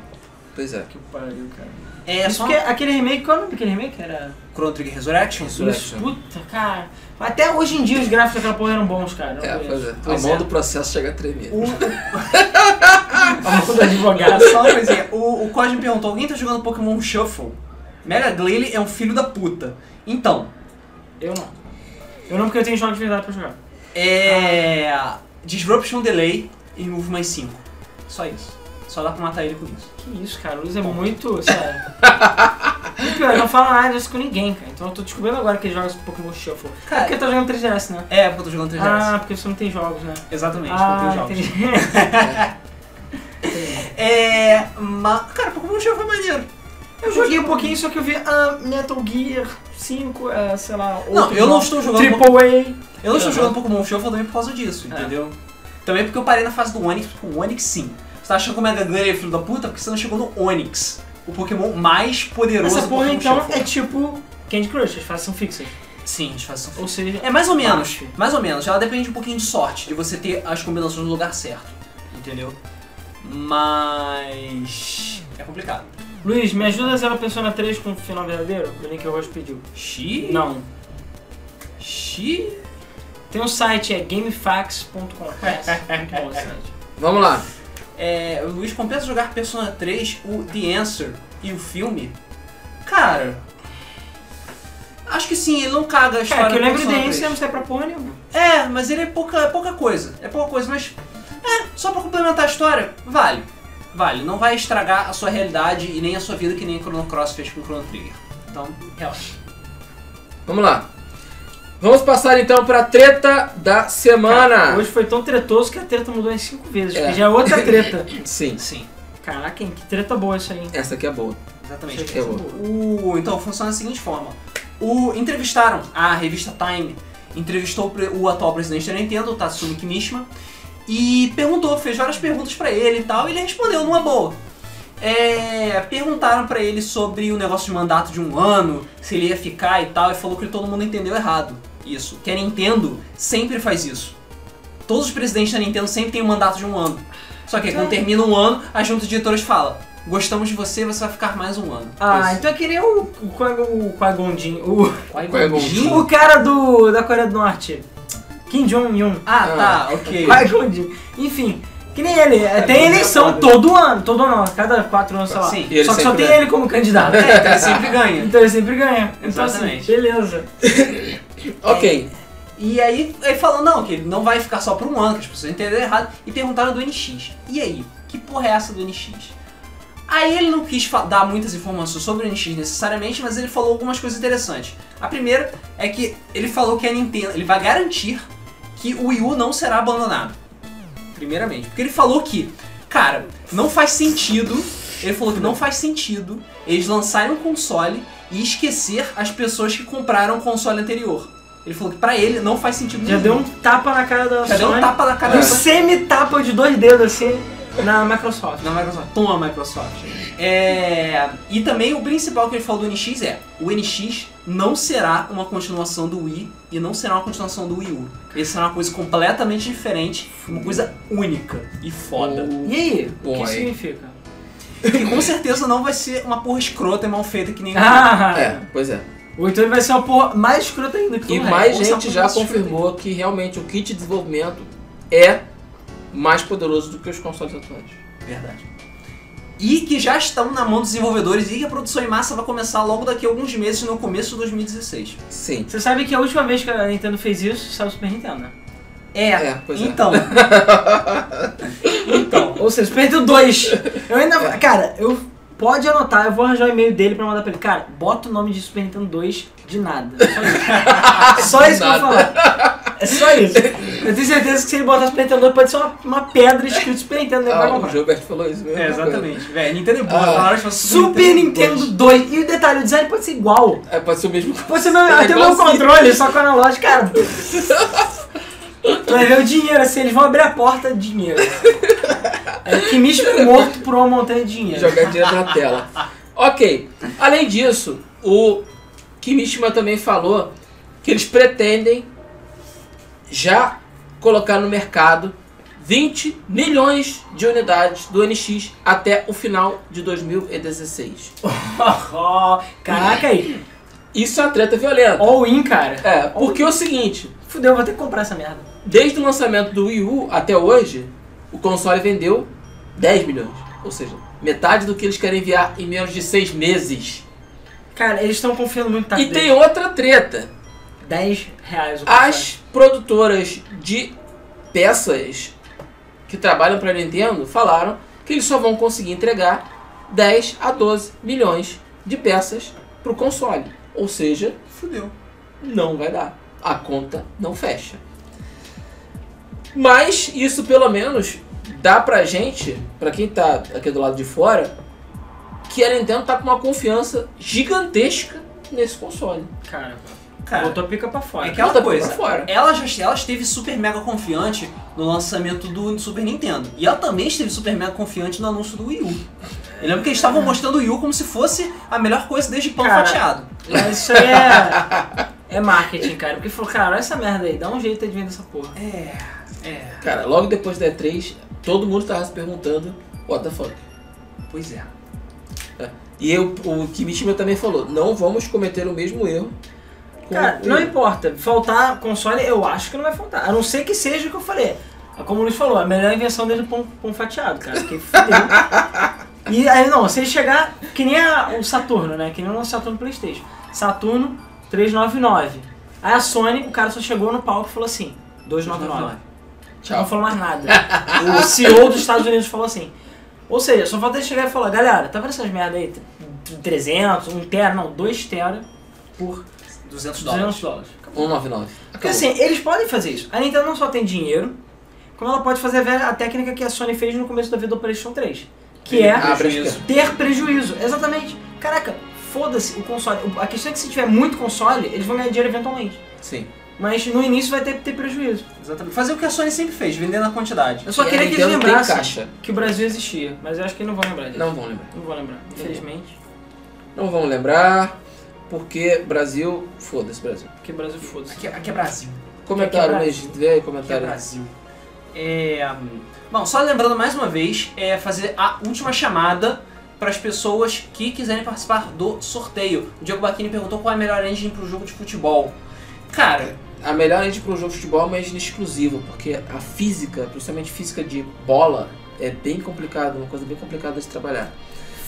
Pois é. Que pariu, cara. É Isso só porque aquele remake, qual é o nome daquele remake? Era. Chrono Trigger Resurrection? Isso, puta, cara. Mas Até hoje em dia os gráficos daquela porra eram bons, cara. Eu É, conheço. pois é. Pois a mão é. do processo chega a tremer. A mão do advogado. Só uma coisinha. O, o Cosme perguntou: alguém tá jogando Pokémon Shuffle? Mega Glalie é um filho da puta. Então, Eu não. Eu não, porque eu tenho jogos de verdade pra jogar. é. Disruption Delay e Move mais 5. Só isso. Só dá pra matar ele com isso. Que isso, cara. O Luiz é muito. Sério. E pior, ele não fala nada disso com ninguém, cara. Então eu tô descobrindo agora que ele joga esse Pokémon Shuffle. É porque Cara, ele tá jogando 3DS, né? é porque eu tô jogando 3 Ah, porque você não tem jogos, né? Exatamente, eu ah, tenho jogos. entendi. É. ma- Cara, Pokémon Shuffle é maneiro. Eu joguei um pouquinho, só que eu vi ah, Metal Gear 5, ah, sei lá, outro Não, eu não estou jogando Triple A. Eu não estou Aham. jogando Pokémon Shuffle também por causa disso, entendeu? Também porque eu parei na fase do Onix, porque o Onix sim. Você tá achando que o Mega Glalie é filho da puta porque você não chegou no Onix, o Pokémon mais poderoso Essa do porra Pokémon então Shuffle. é tipo Candy Crush, as fases são fixas. Sim, eles fazem Ou seja, É mais ou menos, Fácil. mais ou menos. Ela depende um pouquinho de sorte, de você ter as combinações no lugar certo, entendeu? Mas... é complicado. Luiz, me ajuda a zerar Persona 3 com o final verdadeiro? O link que eu hoje pediu. Xi? Não. Xi? Tem um site, é gamefax.com. Conhece? Muito bom esse site. Vamos lá. É, o Luiz compensa jogar Persona 3, o The Answer e o filme? Cara. Acho que sim, ele não caga a história. Cara, É, que eu do lembro de Persona Dance, 3. não serve pra porra nenhuma. É, mas ele é pouca, é pouca coisa. É pouca coisa, mas. É, só pra complementar a história, vale. Vale. Não vai estragar a sua realidade e nem a sua vida que nem Chrono Cross fez com Chrono Trigger. Então, relaxa. Vamos lá. Vamos passar então pra treta da semana. Hoje foi tão tretoso que a treta mudou em 5 vezes. É. que Já é outra treta. Sim, Sim, Caraca, hein? Que treta boa isso aí. hein? essa aqui é boa. exatamente. Achei que ia ser eu- boa. O- então funciona da seguinte forma. O, entrevistaram a revista Time, entrevistou o pre- o atual presidente da Nintendo, o Tatsumi Kimishima, e perguntou, fez várias perguntas pra ele e tal, e ele respondeu numa boa. É, perguntaram pra ele sobre o negócio de mandato de um ano, se ele ia ficar e tal, e falou que todo mundo entendeu errado isso. Que a Nintendo sempre faz isso. Todos os presidentes da Nintendo sempre têm um mandato de um ano. Só que quando termina um ano, a junta de diretores fala: Gostamos de você, você vai ficar mais um ano. Ah, Isso. então eu queria o, o, Qui-Gon- o Qui-Gon Jinn, o, Qui-Gon Jinn. o cara do, da Coreia do Norte, Kim Jong-un. Ah, Ah. tá, ok. Qui-Gon Jinn. Enfim, que nem ele. é, Tem Qui-Gon é eleição foda. todo ano, todo ano, não, cada quatro anos, sei lá. Sim. E ele só que só sempre tem ganha. ele como candidato. É, então ele sempre ganha. Então ele sempre ganha. Então, assim, Exatamente. beleza. É. Ok. E aí ele falou, não, que ele não vai ficar só por um ano, que as pessoas entenderam errado, e perguntaram do NX. E aí, que porra é essa do NX? Aí ele não quis fa- dar muitas informações sobre o NX necessariamente, mas ele falou algumas coisas interessantes. A primeira é que ele falou que a Nintendo, ele vai garantir que o Wii U não será abandonado. Primeiramente, porque ele falou que, cara, não faz sentido, ele falou que não faz sentido eles lançarem um console e esquecer as pessoas que compraram o console anterior. Ele falou que pra ele não faz sentido Já nenhum. deu um tapa na cara da Já deu um Sony, tapa na cara um da semi-tapa de dois dedos, assim, na Microsoft. Na Microsoft. Toma, Microsoft. É... E também o principal que ele falou do NX é: o NX não será uma continuação do Wii e não será uma continuação do Wii U. Ele será uma coisa completamente diferente, uma coisa única e foda. E aí, o Bom, que aí. significa? Que com certeza não vai ser uma porra escrota e mal feita que nem. Ah, É, pois é. Ou então ele vai ser uma porra mais escrota ainda que E tu é. mais ou gente só já produtos confirmou que realmente o kit de desenvolvimento é mais poderoso do que os consoles atuais. Verdade. E que já estão na mão dos desenvolvedores e que a produção em massa vai começar logo daqui a alguns meses, no começo de 2016. Sim. Você sabe que a última vez que a Nintendo fez isso, saiu o Super Nintendo, né? É, É, pois é. então. então. Ou seja, Super Nintendo 2. Eu ainda... Cara, eu... Pode anotar, eu vou arranjar o e-mail dele pra mandar pra ele. Cara, bota o nome de Super Nintendo 2 de nada. Só isso, Só isso que eu vou falar. É só isso. Eu tenho certeza que se ele botar Super Nintendo 2, pode ser uma, uma pedra escrito Super Nintendo, ele vai Ah, o comprar. Gilberto falou isso mesmo. É, exatamente. Velho, Nintendo é boa. Ah. na hora de falar Super Nintendo 2. E o detalhe, o design pode ser igual. É, pode ser o mesmo. Pô, Você não, É até o meu igualzinho. controle, só com analógico, cara. Tu vai ver o dinheiro assim, eles vão abrir a porta, dinheiro. É que misto morto por uma montanha de dinheiro. Jogar direto na tela. Ok. Além disso, o Kimishima também falou que eles pretendem já colocar no mercado 20 milhões de unidades do NX até o final de 2016. Caraca aí. Isso é uma treta violenta. All in, cara. É, porque é o seguinte, Fudeu, vou ter que comprar essa merda. desde o lançamento do Wii U até hoje, o console vendeu 10 milhões. Ou seja, metade do que eles querem enviar em menos de 6 meses. Cara, eles estão confiando muito na E tem outra treta. 10 reais o console. As produtoras de peças que trabalham para Nintendo falaram que eles só vão conseguir entregar 10 a 12 milhões de peças para o console. Ou seja, Fudeu. não vai dar. A conta não fecha. Mas isso pelo menos dá pra gente, pra quem tá aqui do lado de fora, que a Nintendo tá com uma confiança gigantesca nesse console. Cara, Cara, botou a pica pra fora. é aquela Ela tá coisa. pra fora. Ela já ela esteve super mega confiante no lançamento do Super Nintendo. E ela também esteve super mega confiante no anúncio do Wii U. Eu lembro que eles estavam mostrando o Wii U como se fosse a melhor coisa desde pão Cara, fatiado. Mas isso aí é. É marketing, cara. Porque falou, cara, olha essa merda aí, dá um jeito de vender essa porra. É, é. Cara, logo depois da E3, todo mundo tava se perguntando, what the fuck? Pois é. E eu, o Kimishima também falou, não vamos cometer o mesmo erro. com um Cara, o- não importa. Faltar console, eu acho que não vai faltar. A não ser que seja o que eu falei. Como o Luiz falou, a melhor invenção dele é o pão, pão fatiado, cara. Porque fudeu. e aí, não, se ele chegar, que nem a- o Saturno, né? Que nem o nosso Saturno Playstation. Saturno 399. Aí a Sony, o cara só chegou no palco e falou assim, 299. Não Tchau. falou mais nada. o CEO dos Estados Unidos falou assim. Ou seja, só falta ele chegar e falar, galera, tá vendo essas merda aí? 300, 1 tera, não, 2 tera por 200 dólares. 200 dólares. 199. Porque Acabou. assim, eles podem fazer isso. A Nintendo não só tem dinheiro, como ela pode fazer a velha- a técnica que a Sony fez no começo da vida do PlayStation 3. Que é Abre prejuízo. as pernas. ter prejuízo. Exatamente. Caraca, foda-se o console. O- A questão é que se tiver muito console, eles vão ganhar dinheiro eventualmente. Sim. Mas no início vai ter que ter prejuízo. Exatamente. Fazer o que a Sony sempre fez, vender na quantidade. Eu só E a queria que eles Nintendo tem lembrassem caixa. que o Brasil existia. Mas eu acho que eles não vão lembrar disso. Não vão lembrar. Não vou lembrar, infelizmente. Não vão lembrar, porque Brasil, foda-se Brasil. Porque o Brasil foda-se. Aqui, aqui é Brasil. Comentário, Aqui é mas vê aí Aqui é comentário. Brasil. É, hum, Bom, só lembrando mais uma vez, é fazer a última chamada para as pessoas que quiserem participar do sorteio. O Diego Bacchini perguntou qual é a melhor engine para o jogo de futebol. Cara, A melhor engine para o jogo de futebol é uma engine exclusiva, porque a física, principalmente física de bola, é bem complicada, uma coisa bem complicada de se trabalhar.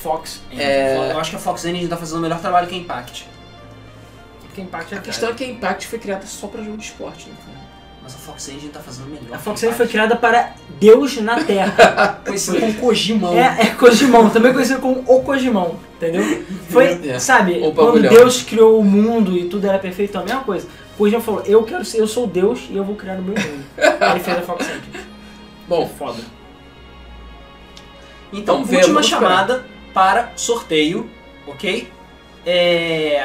Fox. É. eu acho que a Fox Engine tá fazendo o melhor trabalho que a Impact. Que impacto é A questão é que a Impact foi criada só para jogo de esporte, né? cara? Mas a Fox Engine tá fazendo o melhor. é A Fox Engine foi criada para Deus na Terra. conhecida como Kojimão. É, é Cogimão, também conhecido como o Cogimão, entendeu? Foi, É. sabe, O quando bagulhão. Deus criou o mundo e tudo era perfeito, é a mesma coisa. O Cogimão falou, eu quero ser, eu sou Deus e eu vou criar o meu mundo. Aí ele fez a Fox Engine. Bom, Foda. Então, Vamos ver, última vamos chamada para sorteio, ok? É...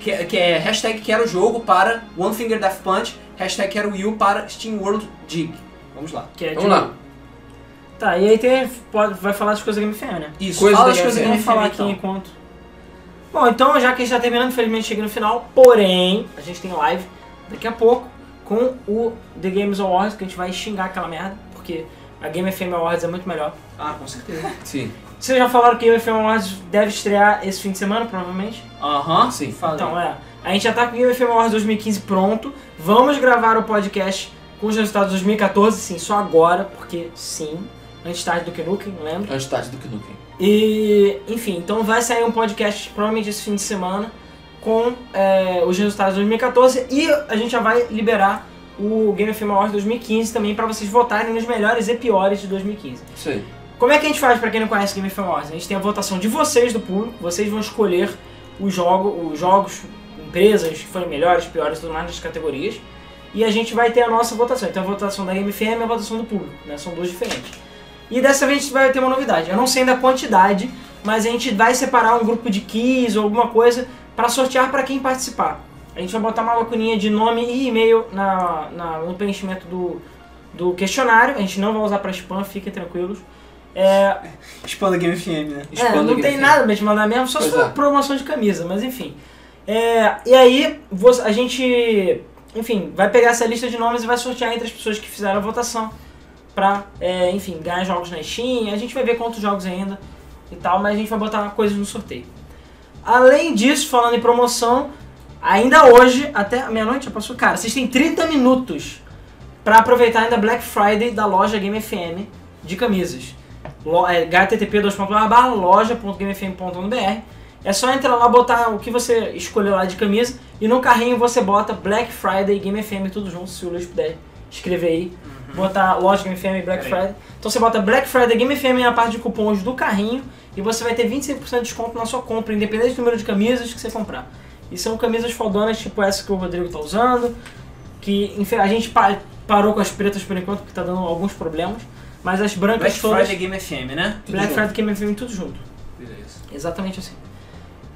Que, que é hashtag quero o jogo para One Finger Death Punch, hashtag quero Wii U para Steam World Dig. Vamos lá. Que é vamos lá. Tá, e aí tem, pode, vai falar das coisas da Game FM, né? Isso, Coisa fala da as coisas que Game eu Vamos vou falar falar aqui enquanto. Bom, então já que a gente tá terminando, infelizmente cheguei no final, porém, a gente tem live daqui a pouco com o The Games Awards, que a gente vai xingar aquela merda, porque a Game FM Awards é muito melhor. Ah, com certeza. Sim. Vocês já falaram que o FM Awards deve estrear esse fim de semana, provavelmente? Aham, Sim. Fala. Então, é. A gente já tá com o FM Awards 2015 pronto. Vamos gravar o podcast com os resultados de 2014, sim, só agora, porque sim. Antes tarde do que nunca, lembra? Antes tarde É um do que nunca. hein? E, enfim, então vai sair um podcast provavelmente esse fim de semana com é, os resultados de 2014 e a gente já vai liberar o Game FM Awards 2015 também para vocês votarem nos melhores e piores de 2015. Isso aí. Como é que a gente faz pra quem não conhece Game of Awards? A gente tem a votação de vocês, do público, vocês vão escolher o jogo, os jogos, empresas que foram melhores, piores, tudo mais nas categorias. E a gente vai ter a nossa votação. Então a votação da Game FM e a votação do público, né? São duas diferentes. E dessa vez a gente vai ter uma novidade. Eu não sei ainda a quantidade, mas a gente vai separar um grupo de keys ou alguma coisa pra sortear pra quem participar. A gente vai botar uma lacuninha de nome e e-mail na, na- no preenchimento do, do questionário. A gente não vai usar pra spam, fiquem tranquilos. É, Expanda Game FM, né? é, Expanda não o tem Game nada pra te mandar mesmo, só se Pois for é. promoção de camisa, mas enfim. É, e aí, vo- a gente, enfim, vai pegar essa lista de nomes e vai sortear entre as pessoas que fizeram a votação. pra, é, enfim, ganhar jogos na Steam. A gente vai ver quantos jogos ainda e tal, mas a gente vai botar coisas no sorteio. Além disso, falando em promoção, ainda hoje, até a meia-noite já passou, cara, vocês têm 30 minutos pra aproveitar ainda Black Friday da loja Game FM de camisas. Lo- é, http://loja.gamefm.br é só entrar lá, botar o que você escolheu lá de camisa e no carrinho você bota Black Friday, Game FM, tudo junto, se o Luiz puder escrever aí. Botar loja Game FM, Black Uhum. Peraí. Friday. Então você bota Black Friday, Game FM na parte de cupons do carrinho e você vai ter 25% de desconto na sua compra, independente do número de camisas que você comprar. E são camisas foldonas tipo essa que o Rodrigo tá usando, que enfim, a gente pa- parou com as pretas por enquanto, porque tá dando alguns problemas, mas as brancas Black todas... Friday Game FM, né? tudo Black junto. Friday, Game FM, tudo junto. Beleza. Exatamente assim.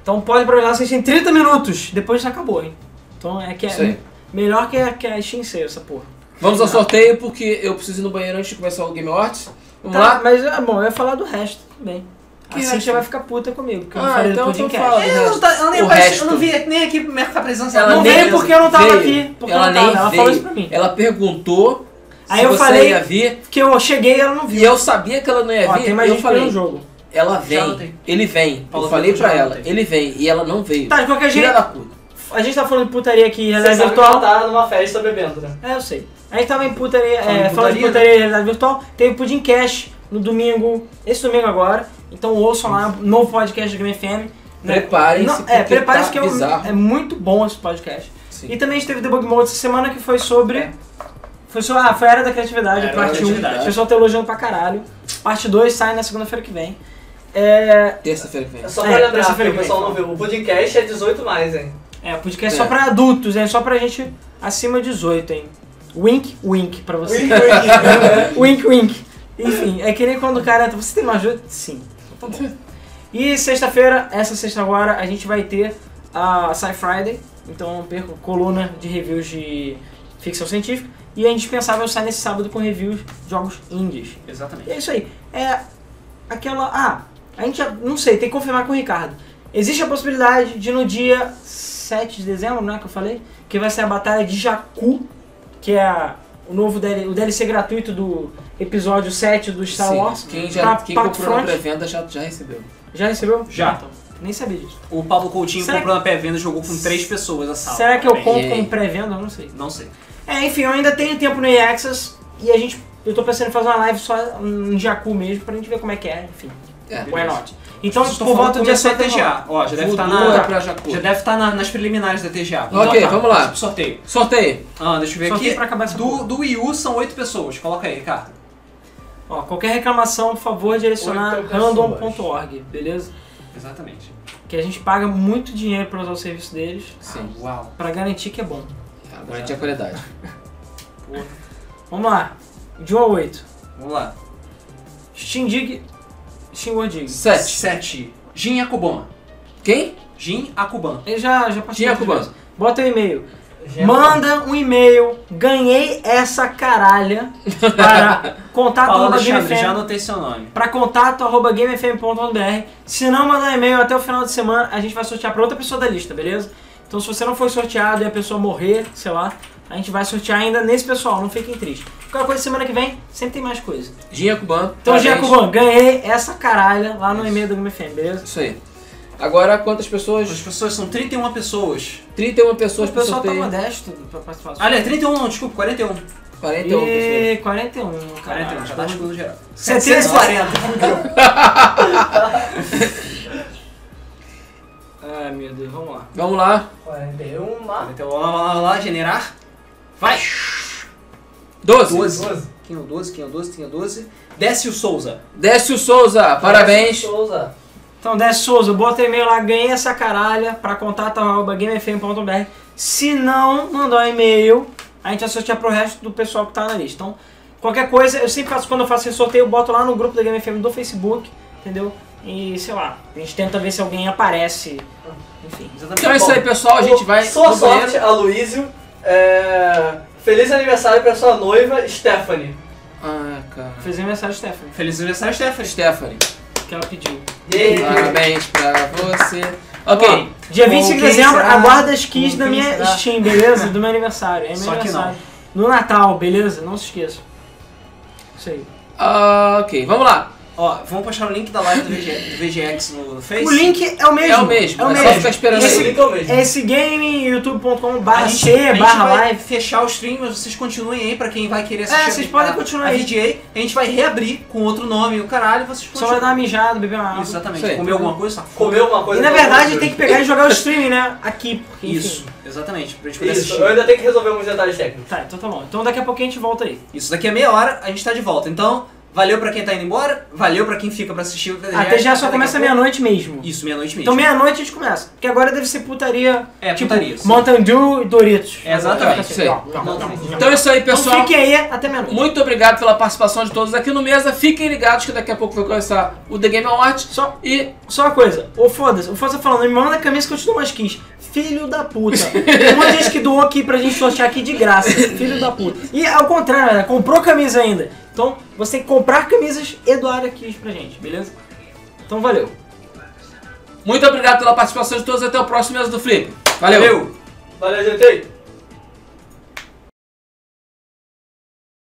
Então pode aproveitar, vocês têm 30 minutos, depois já acabou, hein? Então é que é Isso aí. melhor que a, que a Steam Sale, essa porra. Vamos ao sorteio porque eu preciso ir no banheiro antes de começar o Game Awards. Vamos Tá, lá? Mas é bom, eu ia falar do resto também. Que assim resto? você vai ficar puta comigo, porque eu não Ah, falei então- do então podcast. fala. Ela não, tá, ela nem O apareceu- resto. eu não vi nem aqui marcar a presença Ela não Não nem- veio porque eu não tava veio. aqui, porque ela eu não nem tava, ela veio. falou isso pra mim. Ela perguntou Aí se eu você falei- ia vir. Porque eu cheguei e ela não E viu. eu sabia que ela não ia Ó, vir. tem mais É, eu gente falei falei, no jogo. ela Já anotei. vem, ele vem. Paulo eu falei Vitor, pra já ela, anotei. ele vem. E ela não veio. Tá, de qualquer Filha jeito, da puta. a gente tá falando de putaria aqui, Você realidade sabe que ela virtual. tá numa festa bebendo, né? É, eu sei. A gente tava em putaria, é, Falando em falando de putaria, putaria e realidade virtual. Teve Pudim Cash no domingo, esse domingo agora. Então ouçam lá, novo podcast do Game FM. né? Preparem-se, Não, É, porque preparem-se tá que é, um- bizarro. é muito bom esse podcast. Sim. E também a gente teve Debug Mode essa semana que foi sobre... Foi sobre ah, foi a Era da Criatividade, Era da parte 1. Criatividade. O pessoal tá elogiando pra caralho. Parte 2 sai na segunda-feira que vem. É, Terça-feira que vem. É Só pra É, lembrar, terça-feira porque o que vem. pessoal não viu. O podcast é 18 mais, hein? é podcast É. só pra adultos, é só pra gente acima de 18, hein. Wink, wink pra você. Wink, wink. Wink, wink. Enfim, é que nem quando o cara entra, você tem mais ajuda? Sim. Tá bom. E sexta-feira, essa sexta agora, a gente vai ter a Sci Friday. Então não perco coluna de reviews de ficção científica. E é indispensável sair nesse sábado com reviews de jogos indies. E Exatamente. é isso aí. É aquela. Ah, a gente já. Não sei, tem que confirmar com o Ricardo. Existe a possibilidade de no dia 7 de dezembro, né? Que eu falei, que vai ser a batalha de Jakku, que é a- o novo DL, o DLC gratuito do episódio 7 do Star Sim, Wars. Quem, pra já, quem comprou na Battlefront. pré-venda já, já recebeu. Já recebeu? Já. Então, nem sabia disso. O Pablo Coutinho Será comprou na pré-venda e jogou com três pessoas a sala. Será que eu compro Ah, E aí? como pré-venda? Eu não sei. Não sei. É, enfim, eu ainda tenho tempo no EA Access e a gente. Eu tô pensando em fazer uma live só em Jakku mesmo, pra gente ver como é que é, enfim. É. Why not? Então, Vocês estão por falando volta do dia começou 7 a TGA. Ó, já tá deve estar Voodoo é na. pra Jacu. Já deve estar nas preliminares da TGA. Ok, vamos lá. pro um Sorteio. Sorteio. Ah, deixa eu ver Sorteio aqui. pra acabar essa do, porra. do Wii U são oito pessoas. Coloca aí, Ricardo. Ó, qualquer reclamação, por favor, direcionar então Oito pessoas. random.org, beleza? Exatamente. Que a gente paga muito dinheiro pra usar o serviço deles, Sim. Ah, uau. pra garantir que é bom. Agora a gente é qualidade. Vamos lá. De 1 a 8. Vamos lá. Steam Dig. Steam World Dig. Sete. Sete. Jin Akubon. Quem? Jin Akuban. Ele já, já participou. Tinha Cuban. Bota o e-mail. é Gente, Manda um e-mail. Ganhei essa caralha. Para contato Fala, arroba Alexandre, gamefm. já anotei seu nome. Para contato arroba gamefm.br. Se não mandar e-mail até o final de semana, a gente vai sortear para outra pessoa da lista, beleza? Então se você não foi sorteado e a pessoa morrer, sei lá, a gente vai sortear ainda nesse pessoal, não fiquem tristes. Qualquer coisa semana que vem, sempre tem mais coisa. Ginha Cuban. Então, Parabéns. Giacoban, ganhei essa caralha lá no e-mail do GameFM, beleza? Isso aí. Agora, quantas pessoas? As pessoas são 31 pessoas. 31 O pessoas pro pessoal tá sorteio. modesto pra participar. Ah, Aliás, 31 não, desculpa, 41. 41 pessoas. e 41, caralho. 41, já tá desculpa geral. 740. Ai, meu Deus, vamos lá. Vamos lá. 41, Então, lá, lá, lá, lá, generar. Vai! 12. 12. 12. Quem é o 12? Quem é o 12? Quem é o 12? Décio Souza. Décio Souza. Parabéns. Souza. Então, Décio Souza, bota e-mail lá, ganhei essa caralha pra contato.gamefm.br. Se não mandar um e-mail, a gente vai sortear pro resto do pessoal que tá na lista. Então, qualquer coisa, eu sempre faço, quando eu faço esse sorteio, eu boto lá no grupo da Game FM do Facebook, entendeu? E sei lá, a gente tenta ver se alguém aparece. Enfim. Exatamente. Então é isso aí, pessoal. A gente vai Sua no sorte, banheiro. Aloysio. É... Feliz aniversário pra sua noiva, Stephanie. Ah, cara. Fez aniversário, Stephanie, Feliz aniversário, Stephanie. Stephanie. que ela pediu. Yay. Parabéns pra você. Ok. Ó, dia Com 25 de quem dezembro, será? aguarda as keys Com da quem minha será? Steam, beleza? Do meu aniversário. É meu Só que não. aniversário. No Natal, beleza? Não se esqueça. Isso aí. Ah, ok, vamos lá. Ó, vamos postar o link da live do, VG, do VGX no, no Face. Então O link é o mesmo. É o mesmo, É o é só mesmo. ficar esperando Esse- aí. Esse é o mesmo. É esse game, youtube.com A barra gente- C, a gente barra vai live. fechar o stream, mas vocês continuem aí pra quem vai querer É, assistir. vocês a- podem a- continuar a aí. VGA, a gente vai reabrir com outro nome e o caralho, vocês Só vai continuam. dar uma mijada, beber uma água. Exatamente. Isso aí. Comer alguma coisa, tá? Comeu uma coisa. E na pelo amor verdade de tem que Deus. pegar e jogar o streaming, né? Aqui, porque enfim. Isso, exatamente, pra gente poder Isso, eu assistir. ainda tenho que resolver alguns detalhes técnicos. Tá, então tá bom. Então daqui a pouquinho a gente volta aí. Isso daqui a meia hora, a gente tá de volta. Então, valeu pra quem tá indo embora, valeu pra quem fica pra assistir o VGX. Até já É, daqui só a começa pouco. meia-noite mesmo. Isso, meia-noite mesmo. Então meia-noite a gente começa. Porque agora deve ser putaria. É, tipo, putaria, sim. Mountain Dew e Doritos. É, exatamente, Então, isso aí. calma, calma, calma. Então é isso aí, Então pessoal. fiquem aí até meia-noite. Muito obrigado pela participação de todos aqui no Mesa. Fiquem ligados que daqui a pouco vai começar o The Game Awards. Só, E só uma coisa, ô foda-se, o foda falando, me manda a camisa que eu te dou umas skins. Filho da puta. Tem um monte de gente que doou aqui pra gente sortear aqui de graça. Filho da puta. E ao contrário, né? comprou camisa ainda. Então você tem que comprar camisas e doar aqui pra gente, beleza? Então valeu. muito obrigado pela participação de todos. Até o próximo Mesa do Flip. Valeu. Valeu. Valeu, gente.